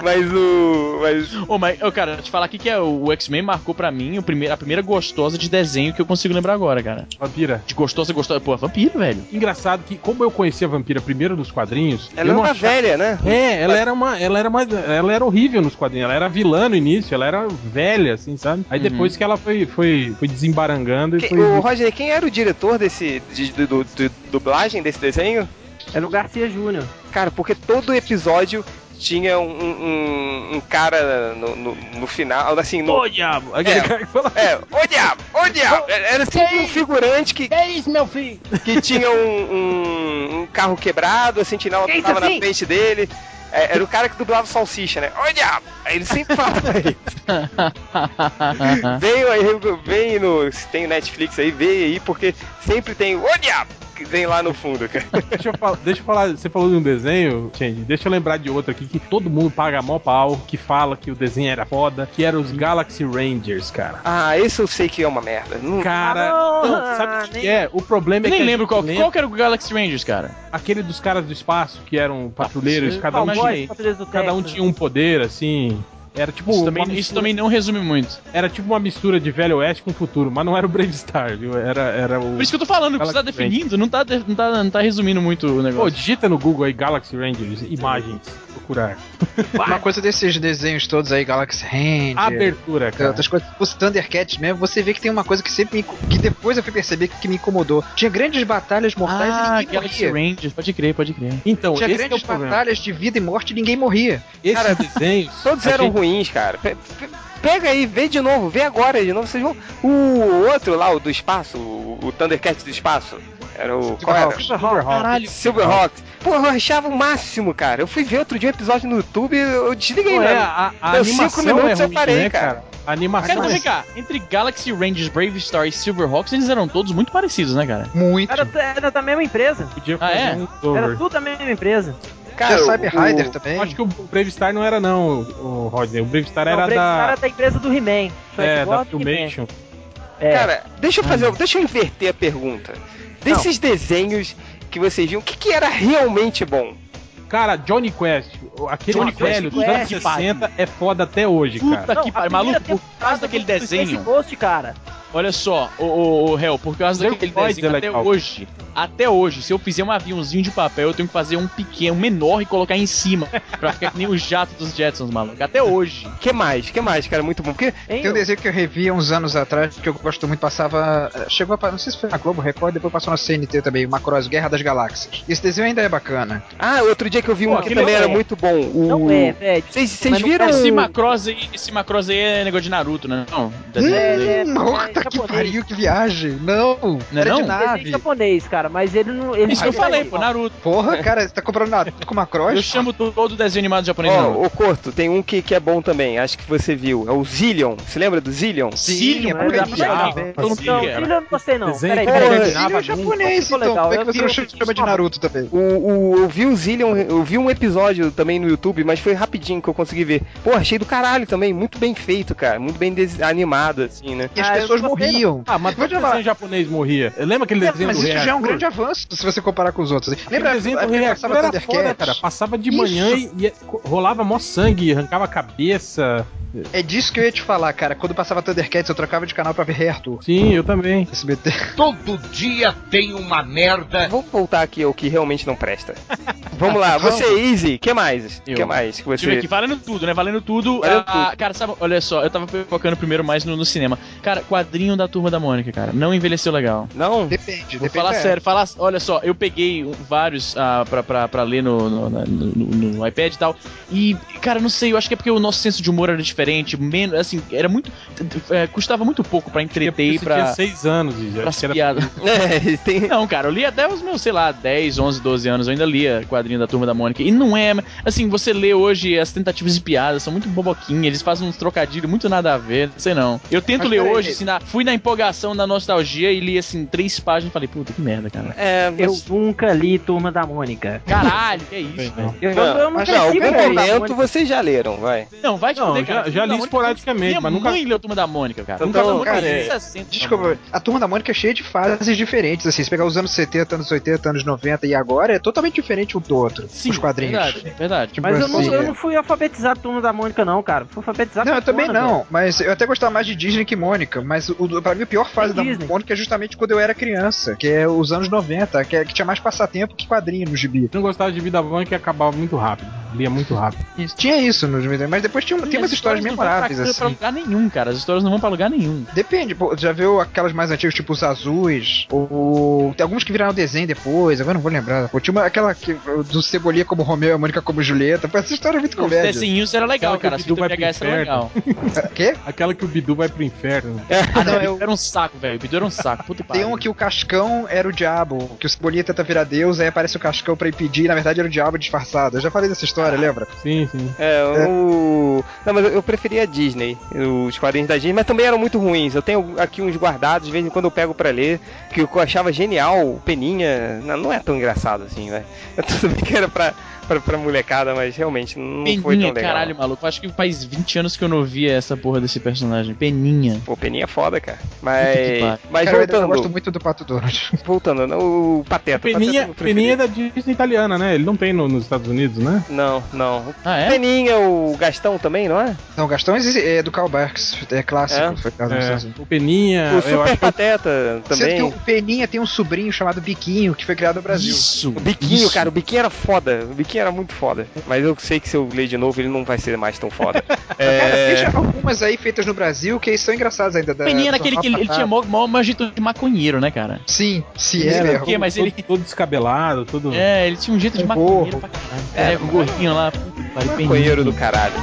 D: Mas o. Mas.
E: Ô, mas, ô, cara, te falar aqui que é, o X-Men marcou pra mim o primeiro, a primeira gostosa de desenho que eu consigo lembrar agora, cara.
B: Vampira.
E: De gostosa, gostosa. Pô, é vampiro, velho.
B: Engraçado que, como eu conheci a vampira primeiro nos quadrinhos.
D: Ela
B: eu
D: é
B: não
D: uma
B: achava-
D: velha, né?
B: É, ela era uma. Ela era mais. Ela era horrível nos quadrinhos. Ela era vilã no início, ela era velha, assim, sabe? Aí
E: Uhum.
B: depois que ela foi, foi, foi desembarangando e
D: Que-
B: foi.
D: o Roger, quem era o diretor desse. De, de- do- de- dublagem desse desenho?
A: Era o Garcia Júnior.
D: Cara, porque todo episódio tinha um, um- um cara no, no- no final, assim, no.
B: Ô, diabo! Aquele
D: É.
B: cara que fala.
D: É, ô diabo, ô diabo! Era sempre um figurante que,
A: Que isso, meu filho?
D: que tinha um, um- um carro quebrado, a sentinela
A: Que isso,
D: tava na
A: assim?
D: frente dele. É, era o cara que dublava salsicha, né? Ô diabo! Aí ele sempre falava isso. Vem aí, vem no. Se tem Netflix aí, vê aí, porque sempre tem. Ô diabo! Que vem lá no fundo, cara.
B: Deixa eu, falar, deixa eu falar, você falou de um desenho, Change, deixa eu lembrar de outro aqui que todo mundo paga mó pau, que fala que o desenho era foda, que era os Galaxy Rangers, cara.
D: Ah, esse eu sei que é uma merda. Não-
B: Cara,
A: Ah, não,
B: não, sabe o que
A: nem-
B: que é? O problema é que
E: Nem
B: a
E: lembro
B: gente
E: qual,
B: lembra
E: qual que era o Galaxy Rangers, cara.
B: aquele dos caras do espaço que eram patrulheiros,
E: isso-
B: cada um,
E: Não,
B: tinha,
E: mas-
A: Cowboy, Patrulheiros do
B: cada um
A: Texas.
B: tinha um poder assim. Era tipo,
E: Isso
B: uma
E: também, isso é
B: mistura-
E: também não resume muito.
B: era tipo uma mistura de Velho Oeste com futuro, mas não era o Brave Star, viu? Era, era o
E: Por isso que eu tô falando, que você tá
B: Galaxy Rangers.
E: definindo, não tá, de- não tá, não tá resumindo muito o
B: Pô,
E: negócio. Tá
B: digita no Google aí Galaxy Rangers, imagens, procurar. um
C: Uma coisa desses desenhos todos aí, Galaxy Hand.
B: Abertura, cara.
C: Outras coisas. Os Thundercats mesmo, você vê que tem uma coisa que sempre me, inco- que depois eu fui perceber que me incomodou. Tinha grandes batalhas mortais
E: ah,
C: e ninguém
E: Galaxy
C: morria.
E: Rangers, pode crer, pode crer.
B: Então,
C: Tinha
B: esse que é o
C: grandes
B: problema.
C: batalhas de vida e morte e ninguém morria.
B: Esses
D: Cara,
B: desenhos.
D: Todos
B: a
D: eram
B: gente-
D: ruins, cara. Pe- pe- Pega aí, vê de novo, vê agora de novo, vocês vão. O outro lá, o do espaço, o, o Thundercat do espaço. Era o. Qual era?
C: Tipo,
E: Caralho.
D: Silverhawks. Pô, eu achava o máximo, cara. Eu fui ver outro dia um episódio no YouTube, eu desliguei,
B: Pô, é,
D: né?
B: a, a
D: Deu
B: animação
D: cinco minutos
B: é
D: eu
B: ruim,
D: parei,
B: né,
D: cara.
B: cara? A animação
E: Cara, Ah, mas
B: é
E: vem cá, entre Galaxy Rangers, Brave Star e Silverhawks, eles eram todos muito parecidos, né, cara?
C: Muito.
A: Era, era da mesma empresa.
B: podia
E: Ah,
B: fazer
E: é?
B: um
A: Era
B: over.
A: tudo da mesma empresa.
D: Cara,
C: Tinha
D: o-
C: Cyber Rider
D: o-
C: também.
B: Eu acho que o Brave Star não era não, o o Rodney. O Brave Star
A: Não,
B: era
A: o Brave Star
B: da
A: era da empresa do He-Man. Só
B: é,
A: igual
B: da
A: do He-Man.
B: Filmation.
A: É.
D: Cara, deixa eu fazer, deixa eu inverter a pergunta. Desses desenhos que vocês viam, o que, que era realmente bom?
B: Cara, Johnny Quest, aquele
A: Johnny
B: velho dos
A: Quest,
B: anos
A: Quest,
B: 60 é foda até hoje, cara.
E: Puta que
A: a
E: pariu,
A: primeira
E: maluco, por
A: temporada
E: causa daquele
A: do Space
E: desenho.
A: Ghost, cara.
E: Olha só, ô, ô, ô réu, por causa daquele
B: Zeroides
E: desenho
B: é
E: até
B: legal.
E: hoje. Até hoje, se eu fizer um aviãozinho de papel, eu tenho que fazer um pequeno, um menor e colocar em cima. Pra ficar que nem o jato dos Jetsons, maluco. Até hoje.
D: Que mais? Que mais, cara? Muito bom. Porque
A: Hein,
C: Tem um
A: ô?
C: desenho que eu revi há uns anos atrás, que eu gosto muito, passava. eh, Chegou a. pa- Não sei se foi na Globo Record, depois passou na CNT também, Macross Guerra das Galáxias. Esse desenho ainda é bacana.
D: Ah, outro dia que eu vi
B: Pô,
D: um que
B: aquilo
D: também
B: é-
D: era muito bom. O...
A: Não
E: Hum.
A: é, velho.
D: Vocês vocês
A: Mas não
D: viram.
A: é
E: Esse
A: assim,
E: Macross aí, esse Macross aí é negócio de Naruto, né? Não, desenho dele.
A: é,
C: Hum,
A: é,
C: Puta
A: é
C: que
A: japonês.
C: pariu, que viagem! Não!
E: Não é
C: era de
E: não?
A: um Desenho
C: nave!
A: japonês, cara, mas ele não. Ele
E: Isso que eu
A: não tá
E: falei,
A: aí,
E: pô,
A: ó.
E: Naruto.
C: Porra, cara, você tá comprando Naruto com Macross?
E: Eu chamo todo desenho animado japonês de Naruto.
D: Ó, o Corto, tem um que, que é bom também, acho que você viu. É o Zillion. Você lembra do Zillion?
C: Sim, é
A: mas
C: por
A: dá
C: aí,
A: pra
C: já,
A: ver.
C: né?
E: Todo mundo
A: Não, Então,
E: quer.
A: filho, eu não gostei, não.
B: Desenho
A: Peraí,
B: que
A: peraí.
D: Porra,
C: Ele é japonês,
A: ficou
C: então.
A: legal.
C: Por que
A: Eu
C: que você
A: vi um
C: não
A: o-
C: chama de Naruto também?
D: O, o- eu vi o Zillion, eu vi um episódio também no YouTube, mas foi rapidinho que eu consegui ver. Pô, achei do caralho também, muito bem feito, cara. Muito bem des- animado, assim, né?
C: E as
A: Ah, eu
C: pessoas
A: não gostei, não.
C: morriam.
B: Ah, mas
C: Vou
B: todo
C: te falar,
B: desenho japonês morria. Lembra aquele desenho
C: Mas
B: do
C: isso
B: Rei
C: já é um
B: Arthur?
C: grande avanço se você comparar com os outros.
B: Lembra
C: Lembra
B: o desenho do
C: a
B: Rei
C: época que
B: Arthur
C: passava
B: era foda,
C: Thundercats?
B: cara. Passava de manhã e, e rolava mó sangue, arrancava a cabeça.
C: É disso que eu ia te falar, cara. Quando passava Thundercats, eu trocava de canal pra ver Rei Arthur.
B: Sim, eu também.
C: SBT.
H: Todo dia tem uma merda.
D: Vamos voltar aqui ao que realmente não presta. Vamos lá, você, Easy, que mais?
E: Eu.
D: que mais que
E: Deixa eu ver
D: você...
E: aqui, valendo tudo, né? Valendo tudo.
D: Valendo
E: ah, Cara, sabe, olha só, eu tava focando primeiro mais no, no cinema. Cara, quadrinho da turma da Mônica, cara. Não envelheceu legal.
D: Não?
C: Depende,
E: Vou
C: depende.
E: falar
C: é.
E: sério, falar. Olha só, eu peguei um- vários ah, pra, pra, pra ler no, no, na- no- no iPad e tal. E, cara, não sei, eu acho que é porque o nosso senso de humor era diferente, menos, assim, era muito. eh, custava muito pouco pra entreter e
B: Você tinha
E: pra.
B: seis anos e já
E: Pra
B: acho que era
E: piada.
D: É, tem...
E: Não, cara, eu li até os meus, sei lá, 10, 11, 12 anos, eu ainda lia quadrinho da Turma da Mônica. E não é. Assim, você lê hoje as tentativas de piada, são muito boboquinhas, eles fazem uns trocadilhos muito nada a ver, não sei não. Eu tento
C: Mas
E: ler
C: peraí,
E: hoje,
C: Lê.
E: assim, na- fui na empolgação da nostalgia e li, assim, três páginas e falei, puta que merda, cara.
D: É,
A: Eu
D: mas...
A: nunca li Turma da Mônica.
E: Caralho, que é isso,
B: Não.
E: velho.
A: Eu,
D: Não,
A: eu nunca
D: Não, algum
A: tive Turma da
E: é
D: momento
A: Mônica.
D: vocês já leram, vai.
E: Não, vai te
B: Não,
E: fuder,
B: já- já
E: cara. Turma
B: li
E: da Mônica-
B: esporadicamente,
E: Minha
B: mas nunca-
E: mãe leu Turma da Mônica, cara.
B: Nunca
E: Turma da
C: cara,
E: Mônica
C: é-
E: 60,
C: Desculpa, a turma da Mônica é cheia de fases diferentes, assim. Se pegar os anos 70, anos 80, anos 90 e agora, é totalmente diferente um do outro.
E: Sim,
C: os quadrinhos.
E: Verdade, verdade.
C: Tipo
A: Mas eu não,
C: assim,
A: eu
C: é.
A: não fui alfabetizado Turma da Mônica, não, cara. Fui alfabetizado
C: Não, eu
A: com
C: também
A: Conan,
C: não, mas eu até gostava mais de Disney que Mônica, mas o, pra mim a pior fase
A: Tem
C: da
A: Disney.
C: Mônica é justamente quando eu era criança, que é os anos 90, que, é- que tinha mais passatempo que quadrinho no gibi.
B: Não gostava de vida van que acabava muito rápido. Lia muito rápido.
C: Tinha isso nos gibi, mas depois tinha, tem umas histórias
E: não vão
C: memoráveis,
E: pra, pra
C: assim.
E: lugar nenhum, cara. As histórias não vão pra lugar nenhum.
C: Depende, pô, já viu aquelas mais antigas, tipo os azuis, ou. Tem alguns que viraram desenho depois, agora eu não vou lembrar. Pô, tinha uma, aquela que, do Cebolinha como Romeu e a Mônica como Julieta, pô, essa história é muito
E: Os
D: assim,
C: comédia.
E: desenhos era legal,
B: Aquela que o Bidu
E: cara. Se tu
B: vai
E: pegar
B: pro
E: essa era
B: inferno.
E: legal.
C: Quê?
B: Aquela que o Bidu vai pro inferno.
E: Ah,
C: Não,
E: não, eu...
C: eu-
E: era um saco, velho. O Bidu era um saco. Puta que
C: Tem
E: pariu.
C: um que o Cascão era o diabo, que o Cebolinha tenta virar Deus, aí aparece o Cascão pra impedir, e na verdade era o diabo disfarçado. Eu já falei dessa
D: Ah,
C: história, lembra?
B: Sim, sim.
D: É, o... Não, mas eu- eu preferia a Disney, os quadrinhos da Disney, mas também eram muito ruins. Eu tenho aqui uns guardados, de vez em quando eu pego pra ler, que eu achava genial, o Peninha. Não, não é tão engraçado assim, né? Eu tudo bem que era pra, pra, pra molecada, mas realmente não foi tão
E: Peninha,
D: legal.
E: caralho, maluco. Acho que faz 20 anos que eu não via essa porra desse personagem. Peninha.
D: Pô, Peninha é foda, cara.
E: Puta que
D: Mas,
E: pariu.
D: mas
C: Cara, eu ainda gosto
D: voltando,
C: muito do Pato Donald.
D: voltando, não, o Pateta. o
B: Peninha,
D: Pateta é meu preferido.
B: Peninha é da Disney italiana, né? Ele não tem no- nos Estados Unidos, né?
D: Não, não.
E: Ah, é?
D: Peninha, o Gastão também, não é?
C: Não, Gastão é do Karl Barks, é clássico.
D: É?
C: Foi criado nos
B: É,
C: Estados Unidos.
B: o Peninha.
D: o
B: eu
D: Super
B: acho que
D: Pateta
C: Sendo que
D: também.
C: o Peninha tem um sobrinho chamado Biquinho, que foi criado no Brasil.
E: Isso.
D: O biquinho,
E: isso.
D: cara, o biquinho era foda. O biquinho era muito foda. Mas eu sei que se eu ler de novo, ele não vai ser mais tão foda.
C: Cara,
D: É,
C: veja algumas aí feitas no Brasil que são engraçadas ainda. da-
E: Peninha era
C: do
E: aquele que ele, ele
C: Rafa
E: tinha mó, mó manjeito de maconheiro, né, cara?
C: Sim, sim,
B: ele
C: ele
B: era
C: mesmo.
E: porque, mas
B: todo,
E: ele-
B: todo descabelado, todo.
E: É, ele tinha um jeito de
C: Um
E: maconheiro
C: gorro.
E: pra caralho. É, com o gordinho lá. Puta que pariu, Peninha.
D: um maconheiro é do caralho.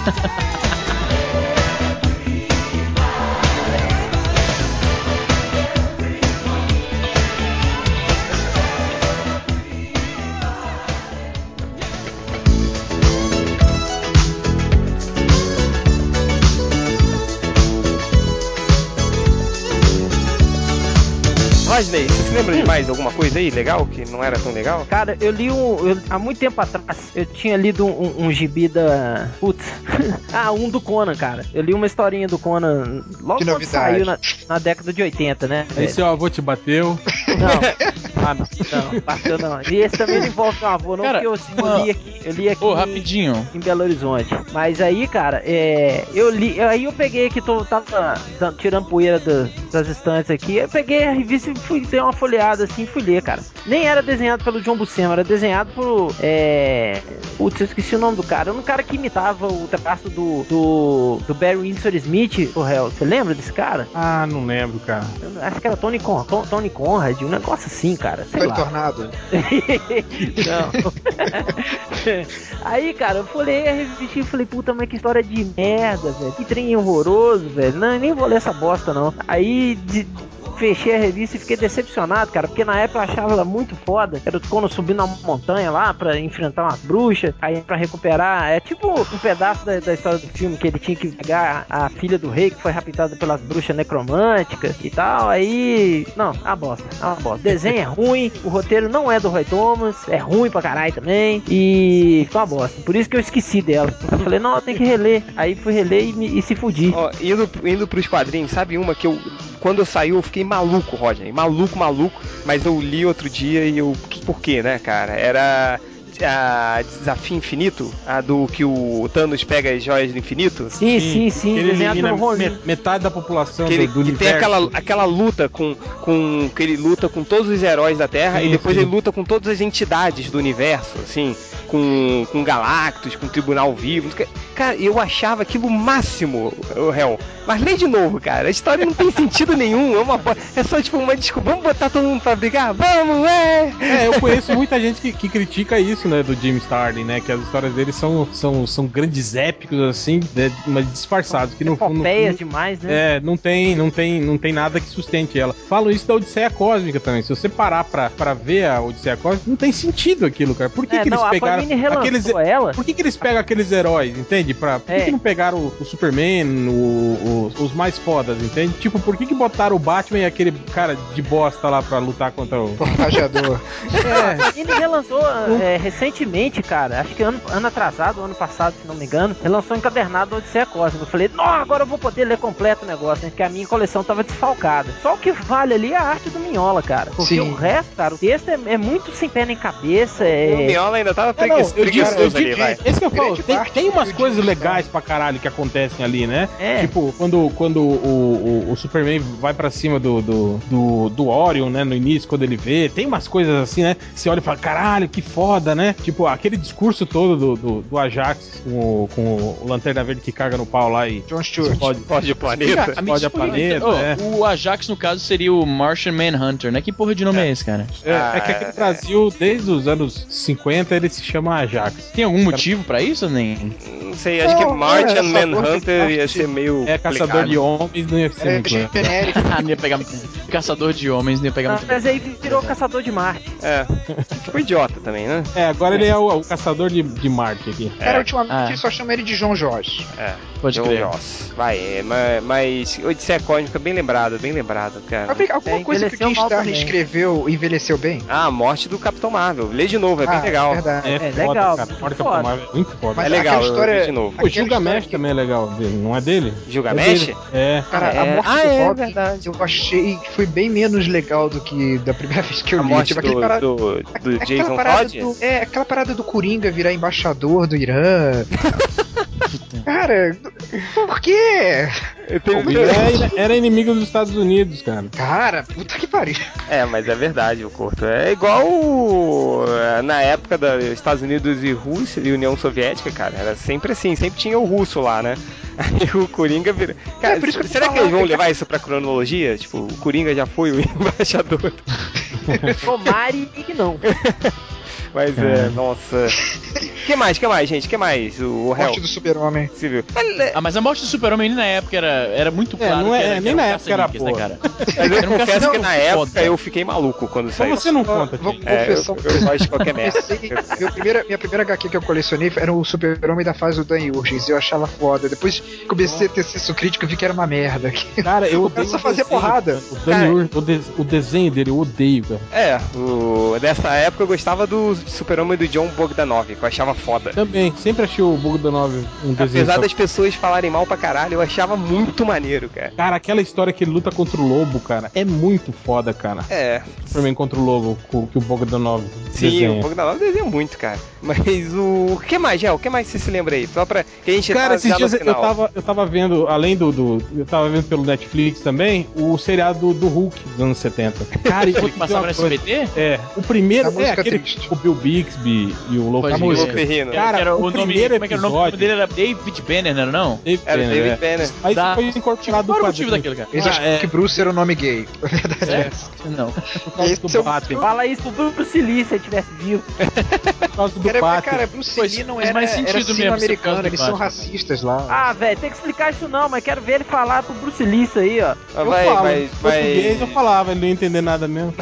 D: Vai, Disney, você se lembra de mais alguma coisa aí legal que não era tão legal?
A: Cara, eu li um. eu- há muito tempo atrás, eu tinha lido um, um, um gibi da. Putz. ah, um do Conan, cara. Eu li uma historinha do Conan logo
C: Que
A: quando
C: novidade.
A: saiu na, na década de 80, né?
E: É
B: Aí seu avô te bateu.
A: Não. Ah, não, não, bateu não. E esse também não envolve meu avô, não,
E: Cara,
A: porque eu, assim, eu li aqui. Eu li aqui
E: Ô,
A: em-
E: rapidinho.
A: em Belo Horizonte. Mas aí, cara, é, eu li, aí eu peguei aqui, tô tava tá- tirando poeira do- das estantes aqui, eu peguei a revista e fui dei uma folheada assim, e fui ler, cara. Nem era desenhado pelo John Buscema, era desenhado por é, putz, eu esqueci o nome do cara, era um cara que imitava o traço do do, do Barry Windsor Smith, o réu. Você lembra desse cara?
B: Ah, não lembro, cara.
A: Eu acho que era Tony Con, Ton- Tony Conrad, um negócio assim, cara. Sei
C: Foi
A: lá.
C: tornado.
A: Não. Aí, cara, eu falei, a revista e falei, puta, mas que história de merda, velho. Que trem horroroso, velho. Não, eu nem vou ler essa bosta, não. Aí de- fechei a revista e fiquei decepcionado, cara, porque na época eu achava ela muito foda. Era quando eu subi na montanha lá pra enfrentar uma bruxa, aí pra recuperar. É tipo um pedaço da, da história do filme que ele tinha que pegar a, a filha do rei que foi raptada pelas bruxas necromânticas e tal. Aí. Não, a bosta, a bosta. O desenho é ruim, o roteiro não é do Roy Thomas, é ruim pra caralho também. E foi uma bosta. Por isso que eu esqueci dela. Eu falei, não, tem que reler. Aí fui reler e, me- e se fudi.
D: Ó, indo, indo pros quadrinhos, sabe uma que eu. Quando eu saiu, eu fiquei maluco, Rodney. Maluco, maluco. Mas eu li outro dia e eu. que- Por quê, né, cara? Era. A Desafio Infinito, a do que o Thanos pega as joias do infinito.
A: Sim, sim, sim,
B: que Ele
A: desenhado
B: elimina
A: pelo Ron Lee.
B: me- metade da população
D: Que ele,
B: do, do
D: que
B: universo.
D: tem aquela, aquela luta com, com. que ele luta com todos os heróis da Terra
B: Sim,
D: e depois
B: sim.
D: ele luta com todas as entidades do universo, assim, com, com Galactus, com Tribunal Vivo. não sei o quê. Cara, eu achava aquilo o máximo, o réu. Mas lê de novo, cara. A história não tem sentido nenhum. É, uma, bo- é só tipo uma desculpa. Vamos botar todo mundo pra brigar? Vamos, é!
B: É, eu conheço muita gente que, que critica isso, né, do Jim Starlin, né, que as histórias dele são, são, são grandes épicos, assim, né, mas disfarçados, que no fundo... no
A: Epopeias
B: fundo-
A: demais, né?
B: É, não tem, não tem, não tem nada que sustente ela. Falo isso da Odisseia Cósmica também. Se você parar pra, pra ver a Odisseia Cósmica, não tem sentido aquilo, cara. Por que,
A: É,
B: que eles
A: não, a
B: pegaram
A: Panini relançou
B: aqueles
A: ela.
B: Por que, que eles pegam aqueles heróis, entende? Pra, por que
A: É.
B: que, não pegaram o, o Superman, o- o- os mais fodas, entende? Tipo, por que, que botaram o Batman e aquele cara de bosta lá pra lutar contra o.
C: Forrajador.
A: Ele relançou é, recentemente, cara. Acho que ano, ano atrasado, ano passado, se não me engano. Relançou encadernado Odisseia Cósmica. Eu falei, nossa, agora eu vou poder ler completo o negócio, né? Porque a minha coleção tava desfalcada. Só o que vale ali é a arte do Minhola, cara. Porque
C: Sim.
A: o resto, cara, o texto é, é muito sem pé nem cabeça. É...
D: O Miola ainda tava
B: É, não,
D: preguiçoso
B: eu disse, eu
D: preguiçoso ali, vai.
B: disse, esse que eu falo,
C: Grande
B: tem,
C: parte
B: tem umas
C: do
B: coisas
C: Jim
B: legais pra caralho que acontecem ali, né?
A: É.
B: Tipo, quando, quando o, o, o Superman vai pra cima do, do, do, do Orion, né? No início, quando ele vê, tem umas coisas assim, né? Você olha e fala, caralho, que foda, né? Tipo, aquele discurso todo do, do, do Ajax com o, com o Lanterna Verde que caga no pau lá e
C: John Stewart.
B: pode,
D: Pode o planeta.
B: explode a planeta.
E: Ô,
B: é.
E: O Ajax, no caso, seria o Martian Manhunter, né? Que porra de nome é, esse, cara?
B: É, é que aqui no Brasil, desde os anos 50, ele se chama Ajax. um
E: Tem algum motivo pra isso, nem?
D: Não sei, acho
C: Não,
D: que Martian
C: é, essa
D: Manhunter
C: parte-
D: ia ser meio.
B: É caçador
D: Tá complicado.
B: de homens, não ia ser um
C: É
B: muito legal.
C: genérico.
E: Ah, não ia pegar muito. Caçador de homens, não ia pegar
A: Ah,
E: muito.
A: Mas aí virou Caçador de Marte.
D: É. Ficou idiota também, né?
B: É, agora ele é o, o caçador de, de Marte aqui.
C: Cara, ultimamente
E: Ah.
C: só chama ele de João Jorge.
D: É.
E: Pode
D: Eu-
E: crer.
D: Nossa, vai, é, ma- mas Odisseia Cósmica, bem lembrado, bem lembrado, cara.
C: Alguma- Alguma
A: É,
C: coisa que o Jim
A: envelheceu mal
C: Starlin
A: também.
C: escreveu envelheceu bem?
D: Ah, a morte do Capitão Marvel. Lê de novo, é bem
C: Ah,
D: legal.
C: Verdade.
B: É,
A: é legal,
B: cara.
A: muito
B: Olha que
A: foda.
B: Marvel é muito foda.
D: É
C: Mas
D: legal,
C: aquela
D: eu
C: história-
D: vi de novo.
B: o
C: aquela
B: Gilgamesh
C: história que-
B: também é legal dele, não é dele?
D: Gilgamesh?
B: É, dele. é.
C: Cara,
A: É.
C: a morte
D: Ah,
C: do
D: é
C: Bob,
D: verdade.
C: eu achei que foi bem menos legal do que da primeira vez que eu
D: A
C: li.
D: morte
C: Tipo,
D: do,
C: aquele cara-
D: do, do
C: aquela
D: Jason
C: parada
D: Todd?
C: do- É, aquela parada do Coringa virar embaixador do Irã. cara, por quê?
B: O Gilgamesh
D: É.
B: Era, era inimigo dos Estados Unidos, cara.
C: Cara, puta que pariu.
D: É, mas é verdade, o curto. É igual o- é, na época dos Estados Unidos e Rússia e União Soviética, cara. Era sempre assim, sempre tinha o russo lá, né? Aí o Coringa vira. Cara,
C: É, por isso que eu tô
D: será que
C: falando,
D: eles vão
C: cara.
D: levar isso pra cronologia? Tipo, o Coringa já foi o embaixador.
A: Tomari e não.
D: Mas é, nossa. que mais, que mais, gente? Que mais? O, o Hell.
C: Morte do super-homem.
D: Civil. Mas, né,
E: Ah, mas a morte do super-homem ali na época era, era muito
B: É,
E: claro.
B: não é-
E: que era,
B: nem
E: que
B: na
E: um
B: época era
E: caça-níqueis, né, cara?
D: mas eu
E: Era um
D: confesso que
E: caça-níqueis
D: na época
E: foda.
D: eu fiquei maluco quando
B: Então
D: saiu.
B: é você não
C: Ó,
B: conta.
C: Vou
B: gente.
D: É, eu,
C: confessar
D: eu gosto de qualquer merda.
C: comecei- meu primeira, minha primeira HQ que eu colecionei era o Super-Homem da fase do Dan Urgens, eu achava foda. Depois comecei a ter senso crítico e vi que era uma merda.
B: Cara, eu odeio.
C: Começa a
B: o
C: fazer
B: desenho.
C: porrada.
B: O, Danny
D: Cara.
B: Ur- o, de- o desenho dele, eu odeio, cara.
D: É, o, nessa época eu gostava do super-homem do John Bogdanov, que eu achava foda.
B: Também, sempre achei o Bogdanov um desenho.
D: Apesar
B: só-
D: das pessoas falarem mal pra caralho, eu achava muito maneiro, cara.
B: Cara, aquela história que ele luta contra o lobo, cara, é muito foda, cara.
D: É,
B: Superman contra o lobo, co- que o Bogdanov
D: sim,
B: desenha.
D: o Bogdanov desenha muito, cara. Mas o. O que mais, Gel? O que mais você se lembra aí? Só pra. Que a gente
B: Cara,
D: tá
B: esses
D: já
B: dias
D: no
B: eu
D: final.
B: tava, eu tava vendo, além do, do- Eu tava vendo pelo Netflix também, o seriado do Hulk dos anos 70. Cara, e vou
E: Ele
B: te dizer
E: passava
B: uma
E: no
B: coisa.
E: SBT?
B: É, o primeiro
C: A
B: é
C: música
B: aquele
C: triste.
B: com o Bill Bixby e o né? Louco
E: Pode
B: da
E: crer.
B: música.
D: Ferrino.
B: Cara,
E: Era
B: o
E: o nome,
B: primeiro
E: como é que era o nome, o nome
B: episódio-
E: dele era David Banner, não era não?
B: Dave
D: Era o
B: Banner,
D: David
B: é.
D: Banner.
B: Aí
E: Da-
B: foi incorporado
E: Qual era o
B: quadrinho.
E: motivo daquele cara? Ah,
C: Eles achavam
B: é.
C: que Bruce era o nome gay. A verdade é.
E: É?
C: essa.
E: Não.
B: Por causa
C: Esse é
B: do
C: o-
B: Batman.
A: Fala isso pro Bruce Lee se ele tivesse vivo.
B: Por causa do
C: Era,
B: Batman.
C: cara, Bruce
E: Pois,
C: Lee não
E: faz
C: era,
E: mais sentido
C: era
E: mesmo ser por causa
C: sino-americano,
E: do
C: eles são
E: Batman.
C: racistas lá.
A: Ah, velho, tem que explicar isso não, mas quero ver ele falar pro Bruce Lee isso aí, ó.
D: Mas
B: Eu
D: Ah, vai,
B: falo,
D: mas,
B: em português eu
D: mas,
B: falava, ele não ia entender nada mesmo.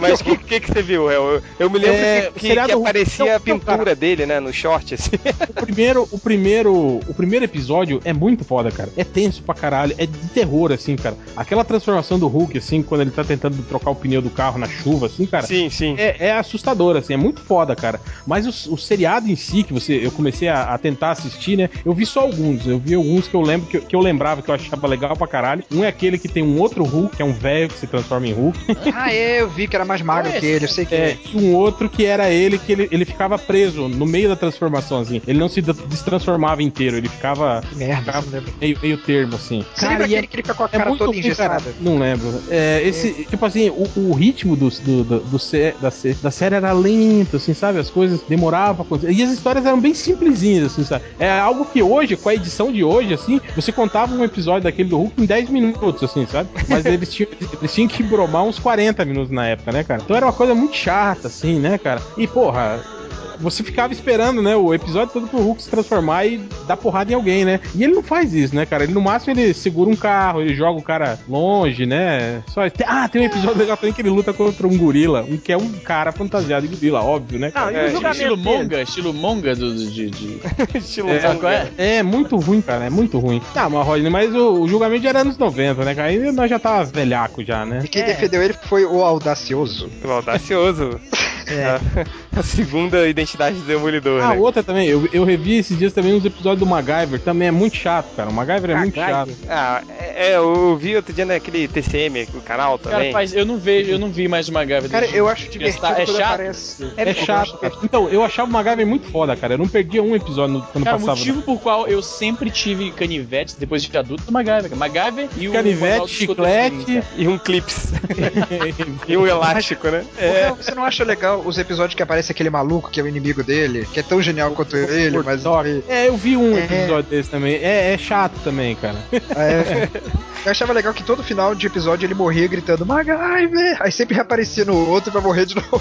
D: mas que, que que você viu, Hel? Eu, eu me lembro
B: É,
D: que, que,
B: seriado
D: que
B: ruim.
D: aparecia
B: Não,
D: a pintura
B: cara.
D: dele, né, no short, assim.
B: O primeiro, o primeiro, o primeiro episódio é muito foda, cara. É tenso pra caralho, é de terror assim, cara. Aquela transformação do Hulk assim, quando ele tá tentando trocar o pneu do carro na chuva assim, cara.
D: Sim, sim.
B: É, é assustador, assim, é muito foda, cara. Mas o, o seriado em si, que você, eu comecei a, a tentar assistir, né? Eu vi só alguns. Eu vi alguns que eu lembro que, eu- que eu lembrava que eu achava legal pra caralho. Um é aquele que tem um outro Hulk, que é um velho que se transforma em Hulk.
C: Ah, é, eu vi que era mais magro
E: Qual é
C: que
E: esse,
C: ele, eu sei que
B: É, e um outro que era ele, que ele, ele ficava preso no meio da transformação, assim. Ele não se da- destransformava inteiro, ele ficava
C: Que merda, isso eu não lembro.
B: meio, meio termo, assim.
C: Você lembra aquele que ele fica com a
B: É
C: cara
B: muito
C: toda
B: ruim, cara.
C: engessada?
B: Não lembro. É, esse, tipo assim, o, o ritmo dos- do, do, do sé- da, sé- da série era lento, assim, sabe? As coisas demoravam pra acontecer. E as histórias eram bem simplesinhas, assim, sabe? É algo que hoje, com a edição de hoje, assim, você contava um episódio daquele do Hulk em 10 minutos, assim, sabe? Mas eles tinham, eles tinham que bromar uns 40 minutos na época, né, cara? Então era uma coisa muito chata, assim, né, cara? E, porra, você ficava esperando, né, o episódio todo pro Hulk se transformar e dar porrada em alguém, né? E ele não faz isso, né, cara? Ele no máximo ele segura um carro, ele joga o cara longe, né? Só ah, tem um episódio legal também que ele luta contra um gorila, um que é um cara fantasiado de gorila, óbvio, né?
A: Não,
B: Cara?
A: Ah, e
D: É,
A: o
E: Estilo,
A: julgamento
E: estilo
A: dele?
E: monga, estilo monga do, do- de, de...
D: Estilo
B: É,
D: Hulk,
E: qual é?
D: né?
B: É muito ruim, cara, é muito ruim. Tá, mas Rodney, mas o, o julgamento já era anos 90, né, cara? Aí nós já tava velhaco já, né?
C: E quem defendeu ele foi o audacioso.
D: O audacioso. Ah, A, a segunda identidade do Demolidor,
B: É. Ah,
D: né?
B: outra também, eu, eu revi esses dias também uns episódios do MacGyver, também é muito chato, cara. O MacGyver é muito chato.
A: MacGyver.
D: Ah, é, é, eu vi outro dia naquele TCM, o canal
E: Cara,
D: também.
E: faz, eu não vejo, eu não vi mais uma gávea
C: Cara,
E: desse
C: eu
E: tipo.
C: acho divertido
E: É
C: quando
E: chato.
C: aparece.
B: É chato, cara. Então, eu achava o MacGyver muito foda, cara. Eu não perdia um episódio no- quando
E: Cara, o
B: passava.
E: motivo por qual eu sempre tive canivete depois de adulto do MacGyver. cara. MacGyver e o Ronaldo
B: Canivete,
E: Escoteirinho,
B: chiclete.
E: cara.
D: E um clips. e um elástico, né?
B: É.
C: Ô, Léo, Você não acha legal os episódios que aparece aquele maluco que é o inimigo dele, que é tão genial quanto ele, mas.
B: Doc. É, eu vi um
C: É.
B: episódio desse também. É, é chato também, cara.
C: É. Eu achava legal que todo final de episódio ele morria gritando MacGyver! Aí sempre reaparecia no outro pra morrer de novo.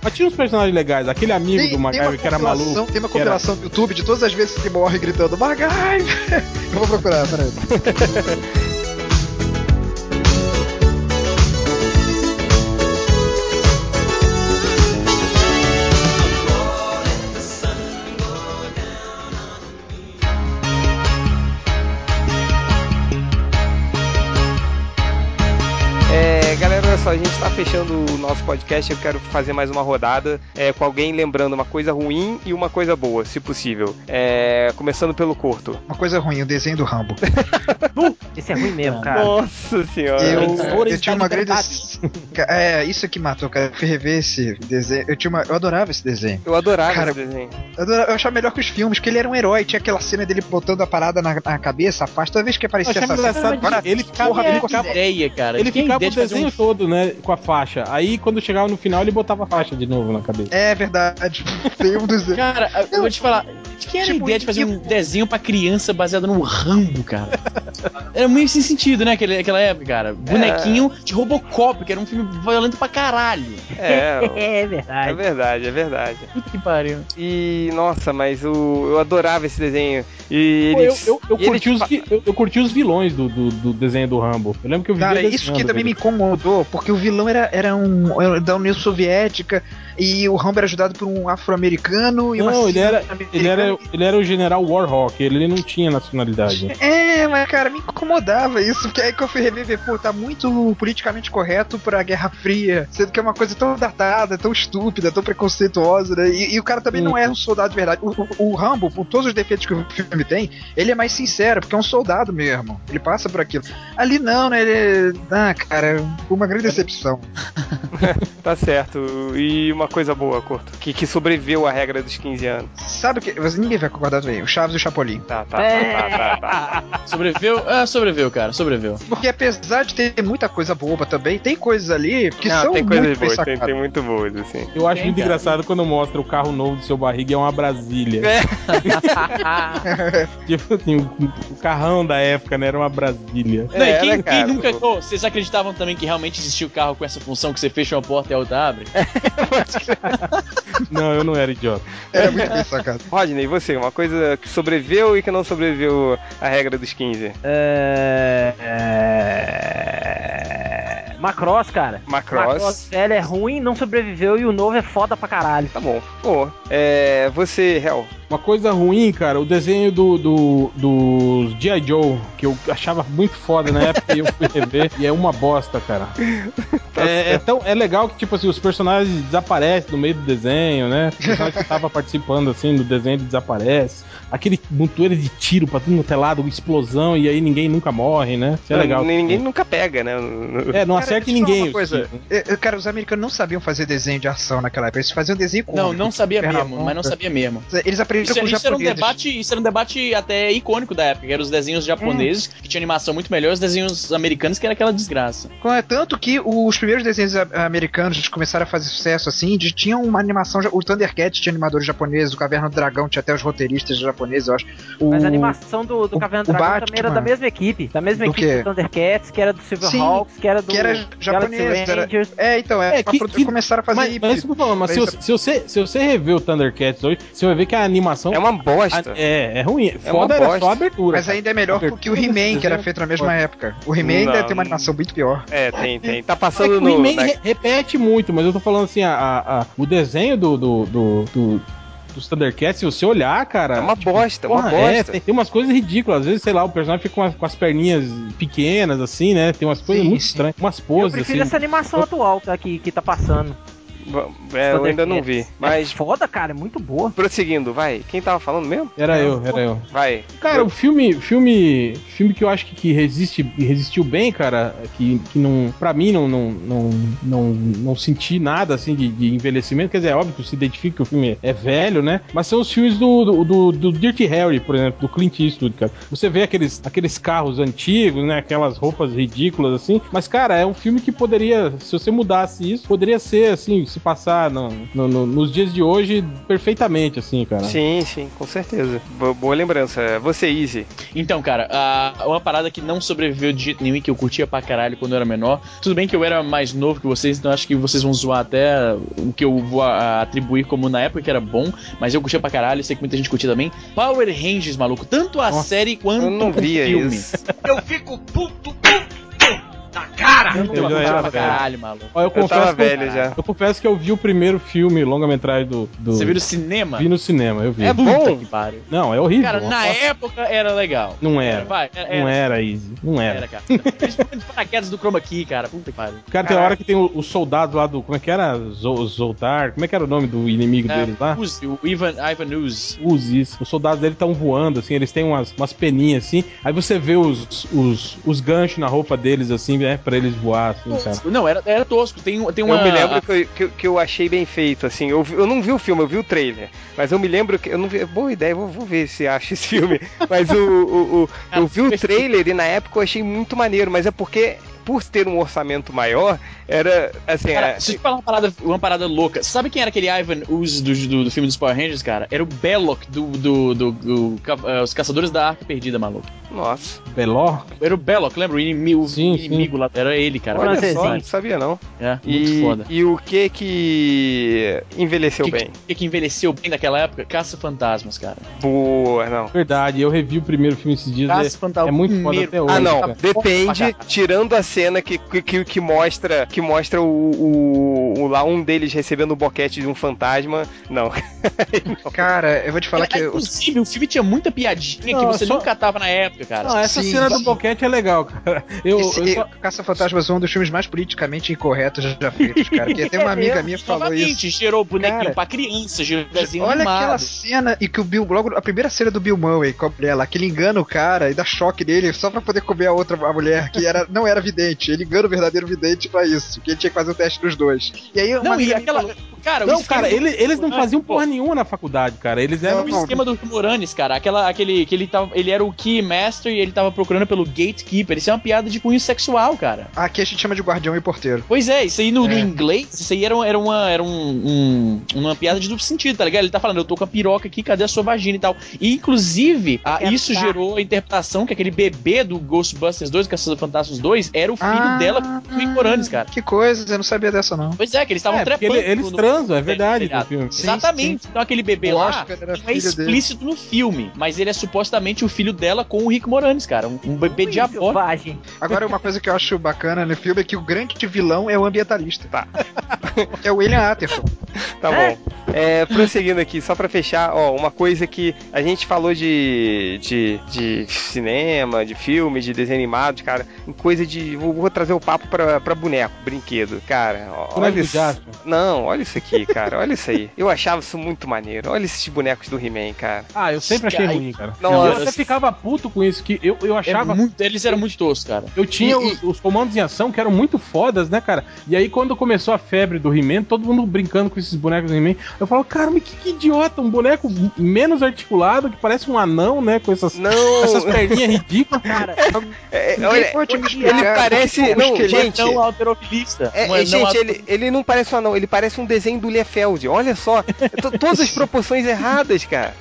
B: Mas tinha uns personagens legais. Aquele amigo do MacGyver que era
C: compilação-
B: maluco.
C: Tem uma
B: que era-
C: compilação do YouTube de todas as vezes que ele morre gritando MacGyver! Eu vou procurar, peraí.
D: É, galera, olha só, a gente tá fechando o nosso podcast. Eu quero fazer mais uma rodada é, com alguém lembrando uma coisa ruim e uma coisa boa, se possível. É, começando pelo Corto.
C: Uma coisa ruim, o desenho do Rambo.
A: Esse é ruim mesmo,
D: Ah.
A: cara.
D: Nossa senhora.
C: Eu,
B: Tesoura
C: eu
B: está
C: tinha uma grande.
B: liberada.
C: É, isso que matou, cara. Eu fui rever esse desenho. Eu, tinha uma... eu adorava esse desenho.
D: Eu adorava
C: Cara,
D: esse desenho.
C: Eu, adorava- eu achava melhor que os filmes, porque ele era um herói. Tinha aquela cena dele botando a parada na, na cabeça, a parte. Toda vez que
B: Eu
C: aparecia
B: achava
C: essa cena.
B: engraçado
C: Agora,
B: que ele ficava,
E: Porra,
B: ele
E: ele
B: ficava,
E: ideia, cara.
B: ele
E: Quem
B: ficava o
E: ideia de fazer
B: desenho
E: um-
B: todo, né? Com a faixa. Aí quando chegava no final, ele botava a faixa de novo na cabeça.
C: É verdade. Tem um dos.
E: Cara, eu vou te falar, De quem era
C: Tipo,
E: a ideia de fazer um
C: e-
E: desenho pra criança baseado no Rambo, cara? era meio sem sentido, né, aquele, aquela época, cara? Bonequinho de Robocop, que era um filme violento pra caralho.
D: É,
A: É
D: é
A: verdade.
D: verdade, é verdade.
E: Puta que pariu.
D: E, nossa, mas o, eu adorava esse desenho. E
B: Pô, eu,
D: eles-
B: eu, eu
D: e
B: curti
D: eles
B: os, vi- eu, eu curti os vilões do, do, do desenho do Rambo. Eu lembro que eu vi
C: Cara, isso que também me incomodou, porque o vilão era, era um era da União Soviética e o Rambo era ajudado por um afro-americano e uma
B: Não, ele era,
C: síria-americana.
B: ele, era, ele era o general Warhawk, ele não tinha nacionalidade.
C: É, mas cara, me incomodava isso, porque é aí que eu fui reviver, pô, tá muito politicamente correto pra Guerra Fria, sendo que é uma coisa tão datada, tão estúpida, tão preconceituosa, né? E, e o cara também não é um soldado de verdade. O, o- o Rambo, por todos os defeitos que o filme tem, ele é mais sincero, porque é um soldado mesmo. Ele passa por aquilo. Ali não, né? Ele. Ah, cara, uma grande decepção.
D: Tá certo. E uma coisa boa, Corto. Que, que sobreviveu à regra dos 15 anos.
C: Sabe o que. você- Ninguém vai concordar também, o Chaves e o Chapolin.
D: Tá, tá,
C: É.
D: tá, tá, tá, tá.
E: Sobreviveu? Ah, sobreviveu, cara, sobreviveu.
C: Porque apesar de ter muita coisa boba também, tem coisas ali que
D: Não,
C: são
D: tem
C: muito bem
D: coisas boas, tem,
C: sacadas.
D: tem muito boas, assim.
B: Eu acho
E: Tem,
B: muito
E: cara.
B: engraçado quando mostra o carro novo do seu barriga e é uma Brasília. Tipo assim, o, o carrão da época, né? Era uma Brasília.
E: Não, e
D: É,
E: quem,
D: né,
E: quem
D: cara?
E: nunca. Ô, vocês acreditavam também que realmente existia o carro com essa função que você fecha uma porta e a outra abre?
B: Não, eu não era idiota.
C: Era É, muito bem sacado.
D: Rodney, e você? Uma coisa que sobreviveu e que não sobreviveu à regra dos 15?
A: É, é, Macross, cara.
D: Macross.
A: velho, é ruim, não sobreviveu e o novo é foda pra caralho.
D: Tá bom. Pô, é, você, Hel.
B: Uma coisa ruim, cara, o desenho do, do, dos G.I. Joe, que eu achava muito foda na época e eu fui rever, e é uma bosta, cara. É, é tão- é legal que, tipo assim, os personagens desaparecem no meio do desenho, né? O personagem que tava participando, assim, do desenho ele desaparece. Aquele montoeiro de tiro pra tudo quanto é lado, explosão, e aí ninguém nunca morre, né? Isso é legal.
D: Ninguém nunca pega, né?
B: É, não
C: Cara,
B: acerta em
C: deixa eu te falar
B: ninguém.
C: Uma coisa. Eu- eu- Cara, os americanos não sabiam fazer desenho de ação naquela época. Eles faziam desenho com.
E: Não, não sabia
C: Perna
E: mesmo, mas não
C: longa.
E: sabia mesmo.
C: Eles aprenderam
E: Isso,
C: com os
E: isso era um
C: japoneses.
E: debate, isso era um debate até icônico da época, que eram os desenhos japoneses, que tinha animação muito melhor, os desenhos americanos, que era aquela desgraça.
C: É, Tanto que os primeiros desenhos a- americanos começaram a fazer sucesso assim. De, tinham uma animação. ja- O Thundercats tinha animadores japoneses. O Caverna do Dragão tinha até os roteiristas japoneses, eu acho. O...
A: Mas a animação do, do
C: o-
A: Caverna do
C: o
A: Dragão
C: Batman.
A: também era da mesma equipe. Da mesma
C: Do
A: equipe
C: quê?
A: do Thundercats, que era do Silverhawks, que era do
C: que era
A: Galaxy
C: japonês, era-
A: Rangers.
C: É, então, é.
B: É,
C: uma
B: que-
C: produ-
B: que-
C: Começaram a fazer.
B: Mas, mas, isso que eu tô falando, mas se,
C: Mas-
B: você- se você, se você rever o Thundercats hoje, você vai ver que a animação.
D: É uma bosta.
B: a- é, é ruim.
D: uma
B: Foda era
D: bosta.
B: só a abertura.
C: mas ainda é melhor
B: Abertura
C: que o He-Man,
B: desse
C: que era
B: desenho.
C: feito na mesma época. O He-Man ainda
D: Não.
C: tem uma animação muito pior.
D: É, tem, tem. Tá
B: É que
D: passando
B: o
D: no.
B: He-Man
D: na-
B: re- repete muito, mas eu tô falando assim, a, a- a- o desenho do, do, do, do- dos Thundercats, se você olhar, cara.
D: É uma bosta, uma
B: porra, é,
D: bosta.
B: tem, tem umas coisas ridículas. Às vezes, sei lá, o personagem fica com as, com as perninhas pequenas, assim, né? Tem umas coisas
C: Sim,
B: muito
C: sim.
B: estranhas, umas
A: Eu
B: poses,
A: prefiro
B: assim.
A: essa animação atual tá, que, que tá passando.
D: V- é, eu ainda não vi.
A: Mas
D: Mas,
A: foda, cara, é muito boa.
D: prosseguindo, vai. Quem tava falando mesmo?
B: Era eu, era eu.
D: Vai.
B: Cara, o filme, filme, filme que eu acho que, que resiste, resistiu bem, cara, que, que não, pra mim não, não, não, não, não senti nada assim de, de envelhecimento. Quer dizer, é óbvio que se identifica que o filme é velho, né? Mas são os filmes do, do, do, do Dirty Harry, por exemplo, do Clint Eastwood, cara. Você vê aqueles, aqueles carros antigos, né? Aquelas roupas ridículas assim. Mas, cara, é um filme que poderia, se você mudasse isso, poderia ser assim, se passar no- no- no- nos dias de hoje perfeitamente, assim, cara.
D: Sim, sim, com certeza. Bo- boa lembrança. Você, Easy.
E: Então, cara, a- uma parada que não sobreviveu de jeito nenhum e que eu curtia pra caralho quando eu era menor. Tudo bem que eu era mais novo que vocês, então acho que vocês vão zoar até o que eu vou a- atribuir como na época que era bom, mas eu curtia pra caralho, sei que muita gente curtia também. Power Rangers, maluco, tanto a série quanto
D: Eu não
E: o
D: via
E: filme.
D: isso.
H: Eu fico puto, puto na cara.
E: Eu não
B: Eu já
E: curtia
B: era
E: pra
B: velho.
E: caralho, maluco.
B: Ó, eu
D: Eu
B: confesso
D: tava
B: que eu-
D: velho já.
B: Eu confesso que eu vi o primeiro filme, longa-metragem do, do.
E: Você viu no cinema?
B: Vi no cinema, eu vi.
E: É
D: bom?
E: bom. que pariu.
B: Não, é horrível.
E: Cara, na
B: Nossa,
E: época era legal.
B: Não era.
E: Vai, era,
B: Não era, Easy. Não
E: era,
B: era.
E: cara. Principalmente paraquedas do Chroma Key, cara. Puta que pariu.
B: Cara, tem hora que tem o- os soldados lá do. Como é que era? Zo- Zoltar? Como é que era o nome do inimigo
E: É,
B: deles lá?
E: Uzi, o Ivan, Ivan News.
B: Use isso. Os soldados dele estão voando, assim, eles têm umas, umas peninhas assim. Aí você vê os, os, os ganchos na roupa deles, assim, né? Pra eles voar, assim, cara.
E: Não, era, era tosco. Tem, um, tem uma.
D: Eu me lembro que eu, que, eu- que eu achei bem feito, assim. Eu, vi- eu não vi o filme, eu vi o trailer. Mas eu me lembro que. Eu não vi, boa ideia, eu vou, vou ver se acho esse Ah, filme. Mas o, o- o- eu vi o trailer e na época eu achei muito maneiro, mas é porque. por ter um orçamento maior, era assim.
E: Cara,
D: era-
E: deixa eu te falar uma parada, uma parada louca. Sabe quem era aquele Ivan Ooze do, do, do filme dos Power Rangers, cara? Era o Belloc do, do, do- do Ca- eh, Os Caçadores da Arca Perdida, maluco.
D: Nossa,
B: Beló?
E: Era o Belloc, lembra? O inimigo, o
B: Sim, sim.
E: inimigo lá. Era ele, cara.
D: olha
A: francês,
D: só,
A: sim.
D: não sabia não.
E: É, muito
D: e,
E: foda.
D: e o que que envelheceu
E: que,
D: bem?
E: que- que envelheceu bem naquela época? Caça Fantasmas, cara.
D: Boa, não.
B: Verdade, eu revi o primeiro filme esses dias.
E: Caça
B: É,
E: Fantasmas.
B: é muito foda
E: primeiro.
B: até hoje.
D: Ah, não.
B: cara.
D: Depende, tirando a cena que, que- que, que mostra, que mostra o, o- o- lá um deles recebendo o boquete de um fantasma. Não.
C: Cara, eu vou te falar que. eu-
E: Inclusive, é o filme tinha muita piadinha que
B: Não,
E: você
B: só-
E: nunca tava na época, cara.
B: Não, essa
C: Sim,
B: cena do
C: sim.
B: boquete é legal, cara. Eu,
C: Esse-
B: eu só-
C: Caça-Fantasmas é um dos filmes mais politicamente incorretos já feitos, cara. Porque até uma amiga minha falou isso.
E: Novamente, gerou bonequinho
C: Cara,
E: pra criança, gerou desenho
C: Olha
E: animado.
C: aquela cena e que o Bill, logo a primeira cena do Bill Murray com a mulher lá, que ele engana o cara e dá choque nele só pra poder comer a outra a mulher, que era, não era vidente. Ele engana o verdadeiro vidente pra isso, que ele tinha que fazer o teste dos dois. E aí, uma
E: Não, e
C: amiga minha
E: aquela.
C: falou,
E: Cara, o
B: Não,
E: esquema
B: cara,
E: do-
B: ele- eles não
E: Ah,
B: faziam
E: pô.
B: porra nenhuma na faculdade, cara. Eles
E: Era
B: eram.
E: o esquema do Moranes, cara. Aquela, aquele que ele tava, ele era o Key Master e ele tava procurando pelo Gatekeeper. Isso é uma piada de cunho sexual, cara.
C: aqui a gente chama de guardião e porteiro.
E: Pois é, isso aí no, no
C: É.
E: inglês, isso aí era, era uma era um, um- uma piada de duplo sentido, tá ligado? Ele tá falando, eu tô com a piroca aqui, cadê a sua vagina e tal. E inclusive, a-
A: Tentar.
E: isso gerou a interpretação que aquele bebê do Ghostbusters 2, Caçador Fantasmas 2, era o filho
B: Ah.
E: dela com o Moranes, cara.
C: Que coisa, eu não sabia dessa não.
E: Pois é, que eles estavam
B: É, porque
E: trepando.
B: ele- eles
E: no-
B: transam, é verdade, no
E: Obrigado.
B: filme.
C: Sim,
E: Exatamente. Então aquele bebê
C: O
E: lá
C: Oscar era
E: não é
C: filho
E: explícito no filme, mas ele é supostamente o filho dela com o Rick Moranis, cara. Um, um bebê
A: Ui,
E: diabólico.
A: selvagem.
C: Agora, uma coisa que eu acho bacana no filme é que o grande vilão é o ambientalista. Tá. Que é o William Atherton.
D: Tá
A: É.
D: bom. É, prosseguindo aqui, só pra fechar, ó, uma coisa que a gente falou de, de, de cinema, de filmes, de desenho animado, cara, em coisa de. Vou, vou trazer o papo pra, pra boneco, brinquedo. Cara, ó, olha
B: Olha
D: isso. Não, olha isso aqui, cara, olha isso aí. Eu achava isso muito maneiro. Olha esses bonecos do He-Man, cara.
B: Ah, eu sempre achei
E: Sky.
B: ruim, cara.
D: Não,
B: eu
E: eu-
B: até ficava puto com isso, que eu, eu
E: É
B: achava.
E: muito- eles eram muito toscos, cara.
B: Eu tinha
C: E-
B: os, os comandos em ação que eram muito fodas, né, cara? E aí, quando começou a febre do He-Man, todo mundo brincando com esses bonecos do He-Man, eu falo, cara, mas que, que idiota, um boneco menos articulado, que parece um anão, né, com essas,
D: Não,
B: essas perninhas ridículas.
A: Cara,
D: é,
C: Ninguém
D: olha,
C: pode me
D: ele
C: explicar.
D: parece.
C: Um
D: Não,
C: esqueleto
D: gente.
E: Não é alterofilista.
D: É,
E: Não
D: é,
E: não
D: gente,
E: ator-
D: ele, ele não parece um anão, ele parece um desenho do Liefeld. Olha só, é to- todas as proporções erradas, cara.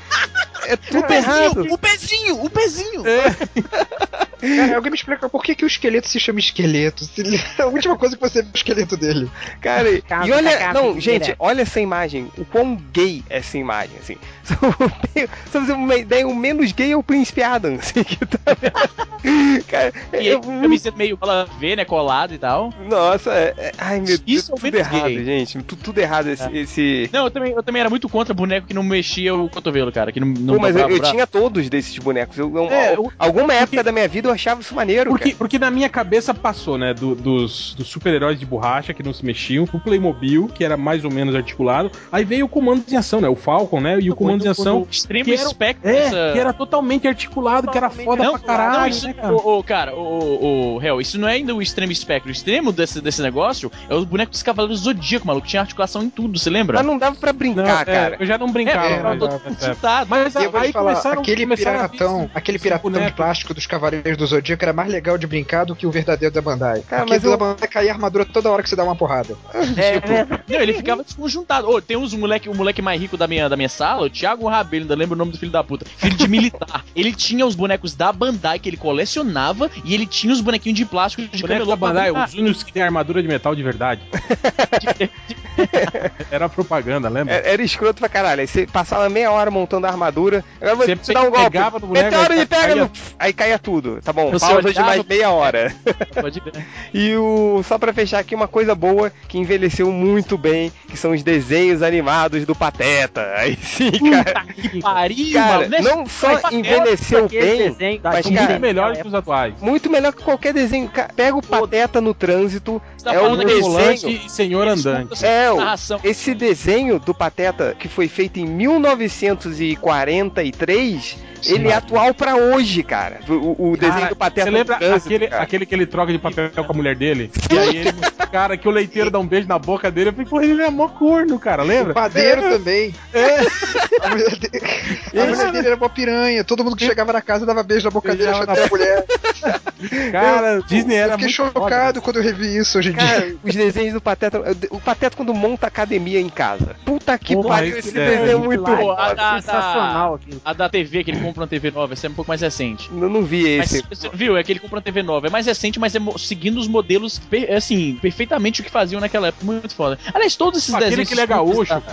D: É tudo
E: tá
D: errado.
E: O pezinho, o pezinho.
C: Cara, é, alguém me explica por que, que o esqueleto se chama esqueleto? Se ele- A última coisa que você vê é o esqueleto dele.
D: Cara, e
A: Casa,
D: olha,
A: casa,
D: não,
A: casa,
D: gente,
A: direto.
D: olha essa imagem. O quão gay é essa imagem, assim. Só pra você ter uma ideia, o menos gay é o Príncipe Adam, assim, que tá. Cara,
E: E
D: é
E: ele com a
D: muito-
E: camiseta meio ela vê, né, colada e tal.
D: Nossa, é- é- ai meu Deus,
B: um
E: Isso é o
D: tudo
E: menos
D: errado,
E: gay.
D: gente. Tudo, tudo errado esse.
B: É.
D: esse-
E: Não, eu também, eu também era muito contra boneco que não mexia o cotovelo, cara. Que não, não
D: Pô, mas eu,
E: dobrava
D: eu
E: o braço.
D: tinha todos desses bonecos. Eu, eu-
B: É,
D: al-
B: eu-
D: alguma época da minha vida eu achava isso maneiro,
B: Porque, porque na minha cabeça passou, né? do- dos dos super-heróis de borracha que não se mexiam, o Playmobil, que era mais ou menos articulado, aí veio o comando de ação, né? O Falcon, né? E o comando de ação.
E: O então, extremo
B: que era-
E: espectro
B: É,
E: dessa-
B: que era totalmente articulado, que era foda
E: não,
B: pra caralho.
E: não, isso,
B: né, cara?
E: ô, ô, cara, ô, ô, ô, Hel, isso não é ainda o extremo espectro. O extremo desse, desse negócio é o boneco dos Cavaleiros do Zodíaco, maluco. Tinha articulação em tudo, você lembra?
D: Mas não dava pra
B: Não,
D: brincar,
B: é,
D: cara.
B: eu já não
E: é,
B: brincava.
E: porque
C: é,
E: tava
B: mais,
E: todo
B: né, cara.
E: insultado.
B: Mas
C: E eu vou
B: aí
C: te falar,
B: começaram,
C: aquele
B: começaram a vir
C: piratão,
B: esses-
C: aquele
B: esses
C: piratão de
B: bonecos.
C: plástico dos Cavaleiros do Zodíaco era mais legal de brincar do que o verdadeiro da Bandai.
D: Cara,
C: Aquele
D: mas eu-
C: da Bandai caía a armadura toda hora que você dá uma porrada.
A: é
B: tipo,
A: verdade.
E: Não, ele ficava desconjuntado. Ô, tem uns moleque, o moleque mais rico da minha, da minha sala, o Thiago Rabelo, ainda lembro o nome do filho da puta. Filho de militar. ele tinha os bonecos da Bandai que ele colecionava e ele tinha os bonequinhos de plástico de
B: Boneco
E: camelô
B: da
E: pra
B: Bandai,
E: brincar.
B: os únicos que tem armadura de metal de verdade. Era a propaganda, lembra?
D: É- Era escroto pra caralho. Aí você passava meia hora montando a armadura. Agora eu vou
B: Você
D: te dar um golpe.
B: pegava no boneco,
D: Meteoro
B: aí é-
D: me pega
B: caía-
D: no... Aí caía tudo. Tá bom,
E: Você
D: pausa de
E: olhava-
D: mais meia hora.
E: Pode ver.
D: E o... só pra fechar aqui, uma coisa boa que envelheceu muito bem, que são os desenhos animados do Pateta. Aí sim,
B: Hum.
D: cara.
E: Pariu,
D: Cara,
E: maluco, né?
D: não é só
E: Pateta,
D: envelheceu
A: Aquele
D: bem,
A: desenho
D: mas,
A: que
D: cara,
B: Muito
A: tinha
B: melhores
A: naquela
B: que os atuais.
D: muito melhor que qualquer desenho. Ca- Pega o Pateta no trânsito,
E: Você tá
D: é um
E: falando aqui-
D: desenho.
B: Volante e senhor
E: um
B: andante.
D: É, o-
E: narração.
D: Esse desenho do Pateta, que foi feito em 1943, ele é atual pra hoje, cara. O, o desenho
B: Cara,
D: do Pateta
B: Você
D: no
B: lembra
D: trânsito,
B: aquele,
D: cara.
B: aquele que ele troca de papel com a mulher dele? E aí ele, cara, que o leiteiro dá um beijo na boca dele. Eu falei, porra, ele é mó corno, cara,
C: O
B: lembra?
C: padeiro
B: É.
C: também. A mulher, dele, a mulher
B: Isso.
C: dele era uma piranha. Todo mundo que chegava na casa dava beijo na boca dele
B: Beijava
C: achando que era mulher.
B: Cara, Disney
C: eu
B: era
C: fiquei
B: muito
C: chocado quando eu revi isso hoje em dia.
D: Cara, os desenhos do Pateta. O Pateta quando monta academia em casa. Puta que
B: Porra,
D: pariu,
B: isso
D: esse
B: é
D: desenho é muito
A: Claro,
D: bom.
E: Ah, tá, tá.
A: sensacional aquilo.
E: A da TV, que ele compra uma TV nova, essa é um pouco mais recente.
D: Eu não vi
E: Mas,
D: esse.
E: você viu, é que ele compra uma TV nova. É mais recente, mas é mo- seguindo os modelos, per- assim, perfeitamente o que faziam naquela época. Muito foda. Aliás, todos esses
B: Aquele
E: desenhos...
B: que ele é gaúcho, cara.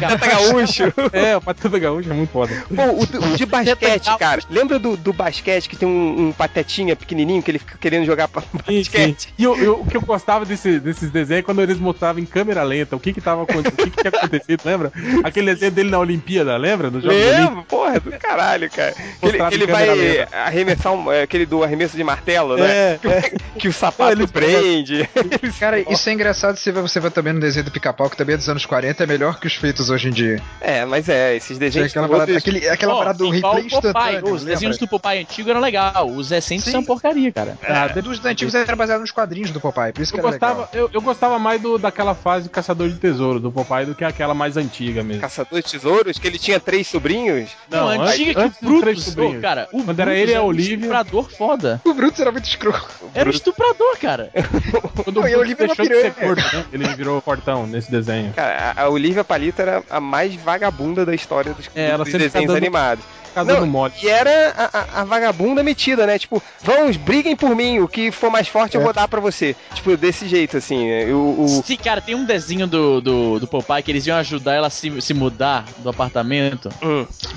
D: Pateta Gaúcho.
B: É, o Pateta Gaúcho é muito foda.
D: Pô, o, do- o de basquete,
B: tá
E: Gaúcho.
D: cara. Lembra do, do basquete que tem um, um patetinha pequenininho que ele fica querendo jogar pra
B: Sim, sim.
D: basquete?
B: E eu- eu- o que eu gostava desse- desses desenhos é quando eles mostravam em câmera lenta o que que tava acontecendo, o que que tinha acontecido, lembra? Aquele desenho dele na Olimpíada, lembra? Nos Jogos Olímpicos.
D: Lembro, porra, do caralho, cara. Que ele, que ele
B: Um Mostrado em câmera
D: vai arremessar um, é, aquele do arremesso de martelo, né?
B: É,
D: que, o- que o sapato
B: Ele-
D: prende.
C: Cara, isso é engraçado se você vai também no desenho do pica-pau, que também é dos anos 40, é melhor que os feitos hoje em dia.
D: É, mas é, esses
C: Tinha
D: desenhos.
C: aquela
D: todos-
C: parada, aquele, aquela
E: Ó,
C: parada do
E: sim, igual
C: replay
E: o Popeye,
C: instantâneo.
E: Os
C: lembra?
E: desenhos do Popeye antigo eram legal, os recentes
C: Sim.
E: são porcaria, cara.
B: É,
C: Ah, dos antigos era baseado nos quadrinhos do Popeye, por isso que
B: Eu
C: era
B: gostava,
C: é legal.
B: eu, eu gostava mais do, daquela fase de Caçador de Tesouro, do Popeye, do que aquela mais antiga mesmo.
D: Caçador de Tesouros, que ele tinha três sobrinhos.
E: Não,
B: Não,
E: antiga
B: antes
E: que
B: dos
E: o
B: Três
E: Brutus,
B: Sobrinhos.
E: pô, cara. O
B: Quando era
E: Brutus
B: ele e a
E: um
B: Olivia.
E: estuprador foda.
C: O Brutus era muito escroto.
E: Era um estuprador, cara.
B: Quando
C: Não, e a
B: Brutus
C: Olivia era
B: deixou de ser
C: piranha.
B: curto, né? Ele virou fortão nesse desenho.
D: Cara, a- a Olivia Palito era a mais vagabunda da história dos,
B: É, ela
D: dos
B: sempre
D: desenhos
B: tá dando-
D: animados.
B: Casando
D: Não,
B: mole.
D: E era a, a- a vagabunda metida, né? Tipo, vamos, briguem por mim, o que for mais forte eu vou dar pra você. Tipo, desse jeito, assim. né? O, o-
E: Sim, cara, tem um desenho do, do, do Popeye que eles iam ajudar ela a se, se mudar do apartamento.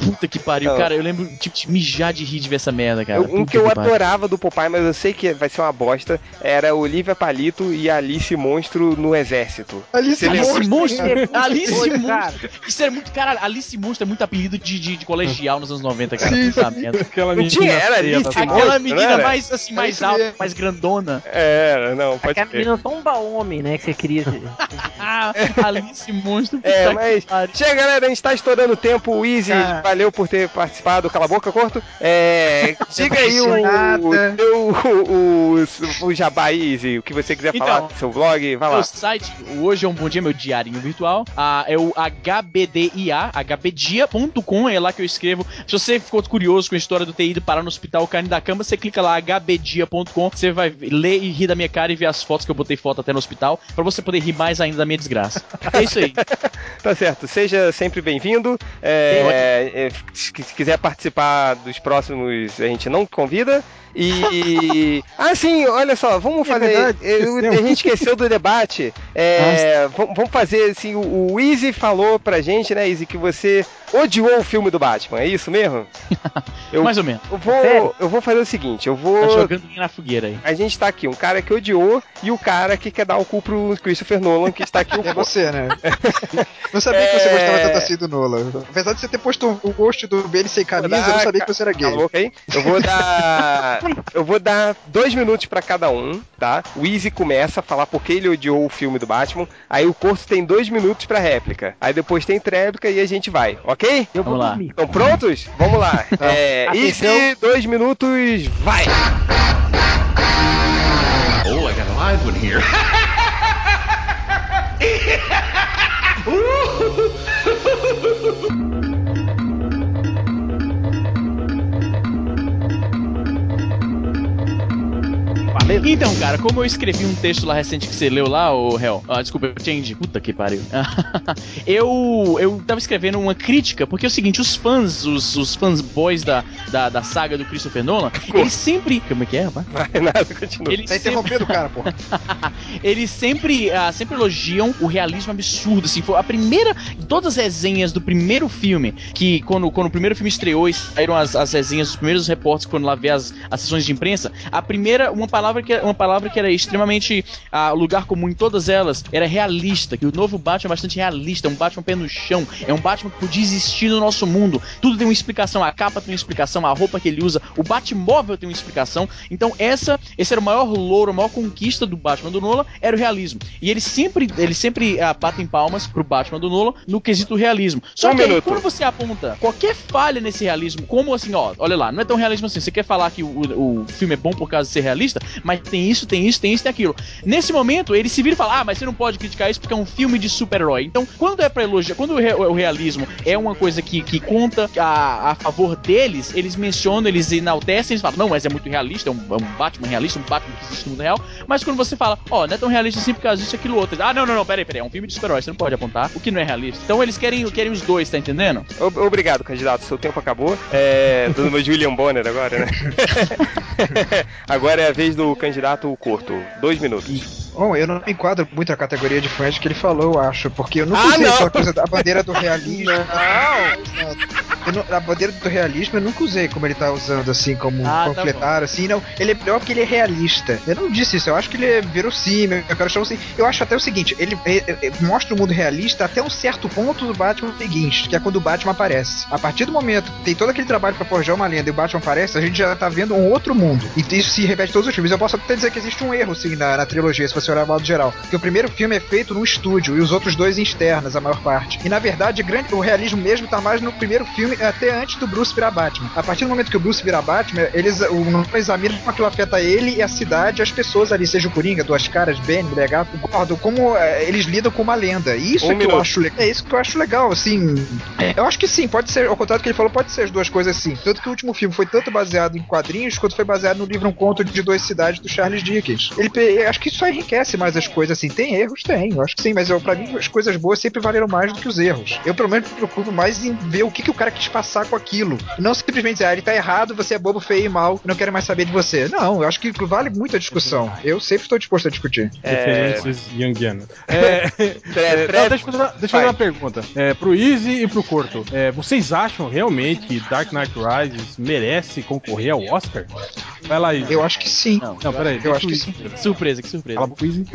E: Puta que pariu,
D: Não.
E: cara. Eu lembro tipo, de mijar de rir de ver essa merda, cara.
D: um
E: Puta
D: que É. eu
E: pariu.
D: adorava do Popeye, mas eu sei que vai ser uma bosta, era Olivia Palito e Alice Monstro no Exército.
C: Alice
D: Alice
C: Monstro.
E: Monstro.
A: Ele é muito
E: Alice
A: doido,
E: Monstro. Isso é muito. Cara, Alice Monstro é muito apelido de, de, de colegial nos anos 90, cara.
C: Sim,
E: Puta merda.
B: Aquela
D: Não tinha,
B: menina
D: era
B: feia
D: Alice
B: da-
E: Aquela
D: Monstro, não
E: menina
D: era?
E: mais assim, mais
C: isso
E: alta,
C: mesmo.
E: mais grandona.
D: Era, não, pode
A: Aquela
D: crer.
A: menina só um baome, né? Que você queria.
E: Ah, Alice Monstro.
D: É,
E: puta
D: mas.
E: que pariu.
D: Chega, galera, a gente tá estourando o tempo. O Easy,
C: Ah.
D: valeu por ter participado. Cala a boca, corto. É, diga aí o, o,
C: Nada.
D: teu- o, o, o jabá, Easy, o que você quiser
E: Então.
D: falar, seu blog, vai lá.
E: O site, o hoje é um bom dia, meu diarinho virtual. Ah, é o hbdia, hbdia.com, é lá que eu escrevo. Se você ficou curioso com a história do TI de parar no hospital caindo da cama, você clica lá, hbdia.com, você vai ler e rir da minha cara e ver as fotos que eu botei foto até no hospital, pra você poder rir mais ainda da minha desgraça. É isso aí.
D: Tá certo, seja sempre bem-vindo. É, é, se se quiser participar dos próximos, a gente não convida. E. ah, sim, olha só, vamos
B: É
D: fazer.
B: verdade,
D: eu- a
B: esqueceu. Ah,
D: gente esqueceu do debate. É, vamos vamos fazer assim: o, o Easy falou pra gente, né, Easy, que você odiou o filme do Batman, é isso mesmo? Eu-
E: Mais ou menos.
D: Eu vou,
A: Sério?
D: eu vou fazer o seguinte: eu
E: Tá
D: vou.
E: jogando na fogueira aí.
D: A gente tá aqui, um cara que odiou e o cara que quer dar o cu pro Christopher Nolan, que está aqui o
C: É
D: cu.
C: você, né? Não sabia que você
D: É.
C: gostava tanto assim do Nola. Apesar de você ter posto o gosto do Benny sem camisa, eu não sabia que você era
D: Cala a
C: gay.
D: boca aí. Eu vou dar. eu vou dar dois minutos pra cada um, tá? O Easy começa a falar porque ele odiou o filme do Batman. Aí o curso tem dois minutos pra réplica. Aí depois tem tréplica e a gente vai, ok?
A: Eu vou
E: Vamos lá.
A: dormir.
D: Estão prontos? Vamos lá. É,
A: Atenção.
D: Easy, dois minutos, vai!
I: Oh, I got a live one here.
E: Então, cara, como eu escrevi um texto lá recente que você leu lá, ô réu. Ah, desculpa, eu change. Puta que pariu. eu, eu tava escrevendo uma crítica, porque é o seguinte, os fãs, os, os fanboys da, da, da saga do Christopher Nolan, eles sempre. Como é que é, rapaz?
D: Vai, nada, continua.
E: Eles
C: Tá
E: sempre-
C: interrompendo o cara, porra.
E: eles sempre, ah, sempre elogiam o realismo absurdo, assim, foi a primeira todas as resenhas do primeiro filme que quando, quando o primeiro filme estreou e saíram as, as resenhas dos primeiros repórteres que foram lá ver as, as sessões de imprensa, a primeira uma palavra que, uma palavra que era extremamente ah, lugar comum em todas elas era realista, que o novo Batman é bastante realista, é um Batman pé no chão, é um Batman que podia existir no nosso mundo, tudo tem uma explicação, a capa tem uma explicação, a roupa que ele usa, o Batmóvel tem uma explicação, então essa, esse era o maior louro, a maior conquista do Batman do Nolan, era o realismo, e eles sempre, eles sempre ah, batem palmas pro Batman do Nolan no quesito realismo, só
D: Um
E: que aí,
D: minuto.
E: quando você aponta qualquer falha nesse realismo, como assim, ó, olha lá, não é tão realismo assim, você quer falar que o, o filme é bom por causa de ser realista, mas tem isso, tem isso, tem isso, tem aquilo. Nesse momento, ele se vira e fala: Ah, mas você não pode criticar isso porque é um filme de super-herói. Então, quando é pra elogiar, quando o, re- o realismo é uma coisa que, que conta a, a favor deles, eles mencionam, eles enaltecem, eles falam: Não, mas é muito realista, é um, é um Batman realista, um Batman que existe no mundo real. Mas quando você fala: Ó, não é tão realista assim por causa disso, aquilo outro. Ah, não, não, não, peraí, peraí, é um filme de super-herói, você não pode apontar o que não é realista. Então, eles querem, querem os dois, tá entendendo?
D: Ob- Obrigado, candidato. Seu tempo acabou. É. Do meu Julian Bonner agora, né? agora é a vez do candidato curto. Dois minutos.
C: Bom, eu não me enquadro muito na categoria de fãs que ele falou, eu acho, porque eu nunca
D: Ah,
C: usei
D: não.
C: aquela coisa da a bandeira do realismo. Eu não- a bandeira do realismo eu nunca usei como ele tá usando, assim, como um
E: Ah, tá
C: panfletário, assim, não. Ele é melhor porque ele é realista. Eu não disse isso, eu acho que ele é verossímil, eu quero chamar assim. Eu acho até o seguinte, ele, eh, eh, mostra o mundo realista até um certo ponto do Batman Begins, que é quando o Batman aparece. A partir do momento que tem todo aquele trabalho pra forjar uma lenda e o Batman aparece, a gente já tá vendo um outro mundo. E isso se repete em todos os filmes. Eu posso até dizer que existe um erro, sim, na, na trilogia, se você olhar modo geral. Porque o primeiro filme é feito num estúdio e os outros dois em externas, a maior parte. E na verdade, grande, o realismo mesmo tá mais no primeiro filme, até antes do Bruce virar Batman. A partir do momento que o Bruce vira Batman, eles o Nolan examina como aquilo afeta ele e a cidade, as pessoas ali, seja o Coringa, duas caras, Benny, Legato, Gordo, como eh, eles lidam com uma lenda. E isso
D: Um
C: é que eu
D: minuto.
C: acho legal. É isso que eu acho legal, assim. Eu acho que sim, pode ser, ao contrário do que ele falou, pode ser as duas coisas sim. Tanto que o último filme foi tanto baseado em quadrinhos quanto foi baseado no livro Um Conto de Duas Cidades do Charles Dickens. Ele, pe- eu acho que isso só enriquece mais as coisas assim. Tem erros? Tem, eu acho que sim, mas eu, pra mim as coisas boas sempre valeram mais do que os erros. Eu pelo menos me preocupo mais em ver o que, que o cara quis passar com aquilo. Não simplesmente dizer, ah, ele tá errado, você é bobo, feio e mal, não quero mais saber de você. Não, eu acho que vale muito a discussão. Eu sempre estou disposto a discutir.
D: É.
B: Referências junguianas. É, não,
D: Fred, Fred,
B: deixa eu fazer, uma- deixa eu fazer uma pergunta. É, pro Easy e pro Corto, é, vocês acham realmente que Dark Knight Rises merece concorrer ao Oscar? Vai lá, Easy.
C: Eu acho que sim.
B: Não, peraí.
C: eu
B: deixa
C: acho
B: o
C: que
B: Easy.
C: sim.
E: Que surpresa, que surpresa.
B: Cala a boca, Easy.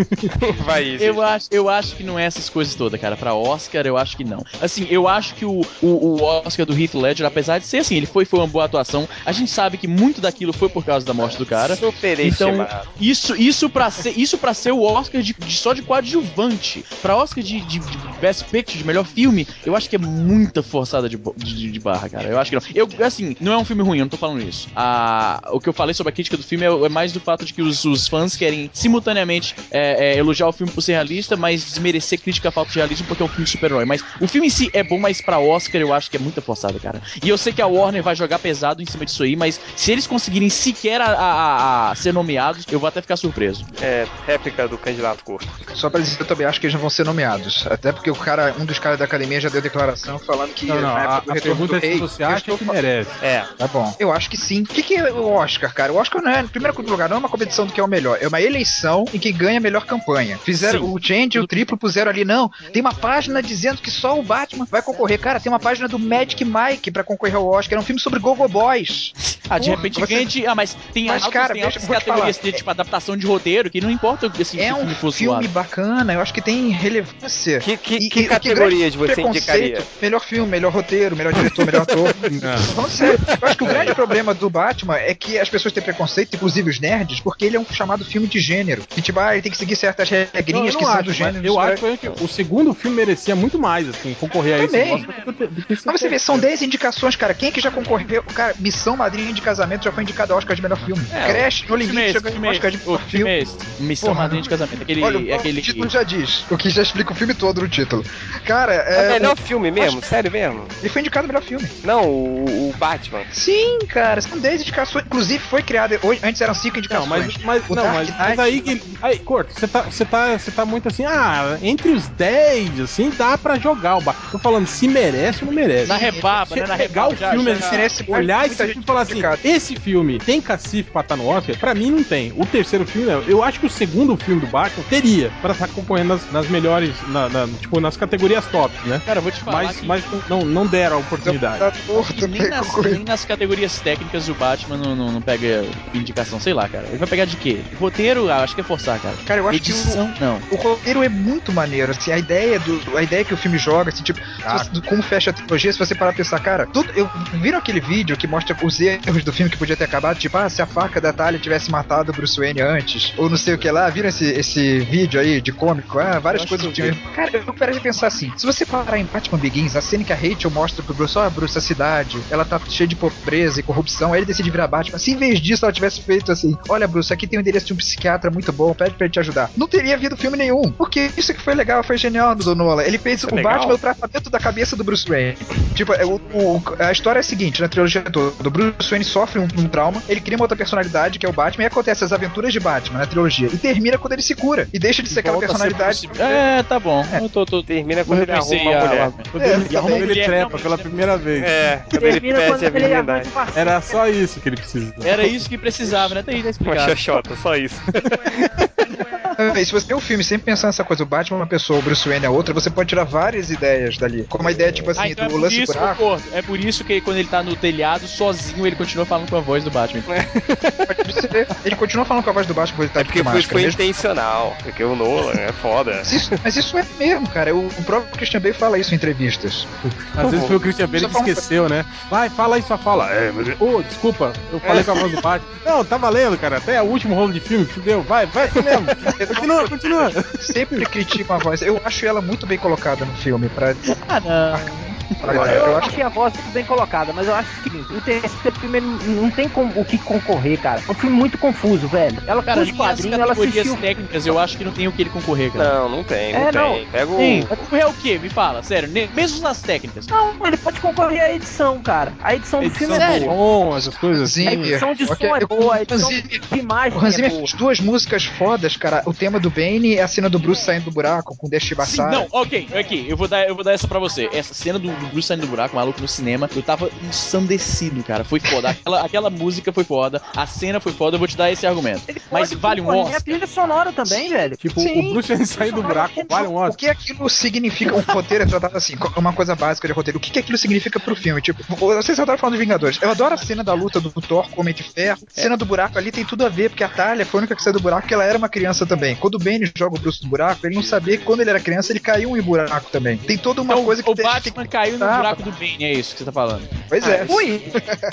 D: vai Izzy.
E: Eu acho, eu acho que não é essas coisas todas, cara. Pra Oscar, eu acho que não. Assim, eu acho que o, o, o Oscar do Heath Ledger, apesar de ser assim, ele foi, foi uma boa atuação. A gente sabe que muito daquilo foi por causa da morte do cara.
D: Superestimado.
E: Isso, isso para ser, isso para ser o Oscar de, de- só de coadjuvante. Pra Oscar de, de- de Best Picture, de melhor filme, eu acho que é muita forçada de, bo- de- de barra, cara. Eu acho que não. Eu, assim, não é um filme ruim, eu não tô falando isso. Ah, o que eu falei sobre a crítica do filme é, é mais do fato de que os, os fãs querem simultaneamente é, é, elogiar o filme por ser realista, mas desmerecer crítica à falta de realismo porque é um filme de super-herói. Mas o filme em si é bom, mas pra Oscar eu acho que é muita forçada, cara. E eu sei que a Warner vai jogar pesado em cima disso aí, mas se eles conseguirem sequer a- a- a- a ser nomeados, eu vou até ficar surpreso.
D: É, réplica do candidato curto.
C: Só pra dizer, eu também acho que eles não vão ser nomeados. Até porque o cara, um dos caras da academia já deu declaração falando que
B: Não, não.
C: na
B: A,
C: época
B: a
C: do retorno
B: pergunta é
C: do rei,
B: se você
C: eu
B: acha
C: estou
B: que
C: fa-
B: merece.
D: É.
C: Tá bom. Eu acho que sim. O que, que é o Oscar, cara? O Oscar não é, em primeiro lugar, não é uma competição do que é o melhor. É uma eleição em que ganha a melhor campanha. Fizeram
E: Sim.
C: o Change e o triplo puseram ali, não. Tem uma página dizendo que só o Batman vai concorrer. Cara, tem uma página do Magic Mike pra concorrer ao Oscar. É um filme sobre Gogo Boys.
E: Ah, de
C: Porra,
E: repente
C: você-
E: ganha de. Ah, mas tem
C: Mas,
E: altas-
C: cara,
E: tem
C: deixa-
E: altas
C: vou te
E: categorias
C: falar.
E: de, tipo adaptação de roteiro que não importa assim, se
C: É
E: o
C: um
E: filme
C: filme,
E: fosse zoado.
C: bacana. Eu acho que tem relevância.
D: Que, que,
C: E-
D: que
C: e o
D: categorias
C: grande
D: você
C: preconceito,
D: indicaria?
C: Melhor filme, melhor roteiro, melhor diretor, melhor ator. Tô falando sério. Eu acho que o grande problema do Batman é que as pessoas têm preconceito, inclusive os nerds, porque ele é um chamado filme de gênero. Que tipo, ah, ele tem que seguir certas
B: Não,
C: regrinhas
B: eu
C: que
B: não
C: são
B: acho,
C: do gênero. é
B: mas eu acho que o segundo filme merecia muito mais, assim, concorrer a esse
C: Também.
B: Oscar do que- do que esse
C: Mas você
B: outro.
C: vê, são 10 indicações, cara. Quem é que já concorreu? Cara, Missão Madrinha de Casamento já foi indicada ao Oscar de melhor filme. Crash, No
E: Que filme é
C: Limite,
E: esse?
C: já
E: Que
C: ganhou
E: filme
C: o
E: é
C: Oscar de
E: esse? Ô,
C: melhor
E: que filme
C: filme.
E: é esse? Missão
C: Porra,
E: Madrinha de Casamento. Aquele.
C: Olha, o
E: aquele...
C: título já diz, o que já explica o filme todo no título. Cara,
D: É o
C: é,
D: melhor filme mesmo? Sério mesmo?
C: ele foi indicado ao melhor filme.
D: Não, o, o Batman.
C: Sim, cara, são 10 indicações. Inclusive foi criada. hoje- Antes eram 5
B: Não,
C: indicações.
B: mas, mas,
C: O
B: não,
C: Dark
B: mas,
C: Knight-
B: mas aí, Guilherme- aí Corto, você tá, você, tá, você tá muito assim, ah, entre os 10, assim, dá pra jogar o Batman. Tô falando, se merece ou não merece.
E: Na rebaba,
B: Você
E: né? Na
B: pegar
E: rebaba.
B: o filme,
C: já.
B: assim,
C: Merece mais
B: olhar
C: muita
B: esse filme
C: gente
B: e falar assim,
C: indicado.
B: esse filme tem cacife pra estar no Oscar? Pra mim não tem. O terceiro filme, não. eu acho que o segundo filme do Batman teria pra estar concorrendo nas, nas melhores, na- na- tipo, nas categorias top, né?
E: Cara, eu vou te falar.
B: Mas,
E: que-
B: mas não, não deram a oportunidade.
C: Tá torto,
E: nem nas,
C: concorreu.
E: nem nas categorias técnicas o Batman não, não, não pega indicação, sei lá, cara. Ele vai pegar de quê? Roteiro, ah, acho que é forçar, cara.
C: Cara, eu acho que o,
E: Edição, não.
C: o roteiro é Ah. muito maneiro, assim, a ideia do. A ideia que o filme joga, assim, tipo, se você- do- como fecha a trilogia, se você parar pra pensar, cara, tudo, eu, viram aquele vídeo que mostra os erros do filme que podia ter acabado? Tipo, ah, se a faca da Talia tivesse matado o Bruce Wayne antes, ou não sei o que lá. Viram esse, esse vídeo aí de cômico? Ah, várias coisas que tinha. Cara, eu parei de pensar assim, se você parar em Batman Begins, a cena que a Rachel mostra pro Bruce, ó, Bruce, a cidade, ela tá cheia de pobreza e corrupção, aí ele decide virar Batman. Se em vez disso ela tivesse feito assim, olha, Bruce, aqui tem o endereço de um psiquiatra muito bom, pede pra ele te ajudar. Não teria havido filme nenhum. Porque isso que foi legal, foi genial do Nolan. Ele fez o
E: é legal?
C: Batman, o tratamento da cabeça do Bruce Wayne. Tipo, é, o- o- a história é a seguinte, na trilogia toda, o Bruce Wayne sofre um, um trauma, ele cria uma outra personalidade, que é o Batman, e acontece as aventuras de Batman na trilogia. E termina quando ele se cura. E deixa de ser aquela
E: Volta a ser
C: personalidade.
E: possível. É, tá bom. Eu ah, tô, tô,
D: Termina quando ele
E: repensei
D: arruma uma
E: a-
D: mulher.
B: Quando ele
C: também.
B: arruma ele
E: Ele é
B: trepa
E: realmente-
B: pela primeira vez.
D: É, quando ele é
A: Termina quando
D: perde a
A: ele arruma
D: virgindade.
A: de parceiro.
B: Era só isso que ele precisava.
E: Era isso que precisava, né? Tá aí, tá
D: Uma
E: explicado.
D: xoxota, só isso.
C: E se você tem um filme sempre pensando nessa coisa, o Batman é uma pessoa, o Bruce Wayne é outra, você pode tirar várias ideias dali. Como a ideia, tipo assim,
E: Ah, então é
C: do
E: por
C: lance
E: isso,
C: buraco.
E: Corto, é por isso que quando ele tá no telhado, sozinho, ele continua falando com a voz do Batman.
C: Pode ser. Ele continua falando com a voz do Batman porque ele tá
D: É porque
C: de máscara,
D: foi, foi
C: mesmo.
D: intencional. Porque o Nolan é foda.
C: Mas isso, mas isso é mesmo, cara. O, o próprio Christian Bale fala isso em entrevistas.
B: Às vezes foi o Christian Bale
C: Só
B: que
C: fala-
B: esqueceu, né? Vai, fala aí, só fala. É, mas... Ô, desculpa, eu
E: É.
B: falei com a voz do Batman. Não, tá valendo, cara. Até o último rolo de filme, fudeu. Vai, vai, foi mesmo. Continua, continua.
C: Sempre criticam a voz. Eu acho ela muito bem colocada no filme. Pra,
E: Ah, não.
C: pra galera.
A: Eu
C: Eu acho
A: achei a voz muito bem colocada, mas eu acho o seguinte: o terceiro filme não não tem como, o que concorrer, cara. É um filme muito confuso, velho. Ela
E: Cara,
A: cara, os
E: nem as
A: quadrinhos, ela
E: categorias
A: assistiu.
E: técnicas, eu acho que não tem o que ele concorrer, cara.
D: Não, não tem, não
A: É, não.
D: tem. Pega o.
E: Sim, mas concorrer é o quê? Me fala, sério. ne- Mesmo nas técnicas.
A: Não, ele pode concorrer à edição, cara. A edição do filme é
E: Sério?
A: boa.
B: Bom, essas coisas assim.
A: A
C: Zimmer.
A: edição de som
C: Ok,
A: é
C: eu-
A: boa, a edição
C: Hans Zimmer-
A: de imagem
C: o Hans
A: é
C: Zimmer
A: boa.
C: fez duas músicas fodas, cara. O tema do Bane e a cena do Bruce saindo do buraco com o Desti
E: Sim,
C: Bassara.
E: não, ok, é aqui, eu vou dar, eu vou dar essa pra você. Essa cena do, do Bruce saindo do buraco, maluco, no cinema, eu tava ensandecido, cara. Foi foda. Aquela, aquela música foi foda, a cena foi foda, eu vou te dar esse argumento.
A: Ele pode
E: Mas vale um
A: concorrer à
E: Oscar?
A: trilha sonora também, velho.
B: Tipo,
C: Sim.
B: o Bruce Wayne sair do buraco, vale um
C: O
B: Oscar.
C: que aquilo significa? O roteiro é tratado assim, como uma coisa básica de roteiro. O que, que aquilo significa pro filme? Tipo, vocês adoram falar dos Vingadores. Eu adoro a cena da luta do Thor com o Homem de Ferro.
E: É.
C: Cena do buraco ali tem tudo a ver, porque a Talia foi a única que saiu do buraco, porque ela era uma criança também. Quando o Bane joga o Bruce do buraco, ele não sabia que quando ele era criança, ele caiu em um buraco também. Tem toda uma
E: Então,
C: coisa que
E: o
C: tem-
E: Batman caiu no
C: Ah,
E: buraco do Bane, é isso que você tá falando.
C: Pois é. Ui.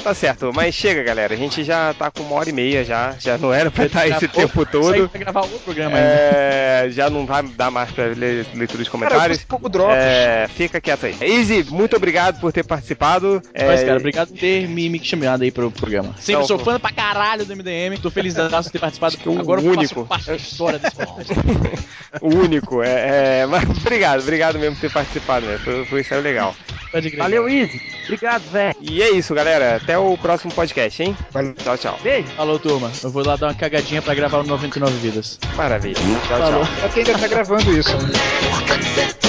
D: Tá certo, mas chega, galera. A gente já tá com uma hora e meia já. Já não era pra estar Tá esse
E: Já foi-
D: tempo
E: Saiu
D: todo.
E: pra gravar outro programa ainda.
D: É, já não vai dar mais pra ler, leitura dos
C: Cara, eu
D: comentários.
C: fiz pouco drops.
D: É, fica quieto aí. Easy, muito obrigado por ter participado.
E: Mas,
D: É,
E: cara, obrigado por ter me, me chamado aí pro programa. Sempre
D: Não,
E: sou
D: pô. é
E: fã pra caralho do MDM. Tô feliz da graça de ter participado.
D: o
E: Agora eu
D: único.
E: faço parte da história desse podcast.
D: O único. É, é, mas obrigado, obrigado mesmo por ter participado. Né? Foi, foi saiu legal.
E: Pode crer.
A: Valeu, Easy. Obrigado, velho.
D: E é isso, galera. Até o próximo podcast, hein?
C: Valeu.
D: Tchau, tchau.
A: Beijo.
E: Falou, turma. Eu vou lá dar uma cagadinha pra gravar o 99 Vidas.
D: Maravilha. Tchau, tchau.
C: Até ainda tá gravando isso.
F: Rocket City.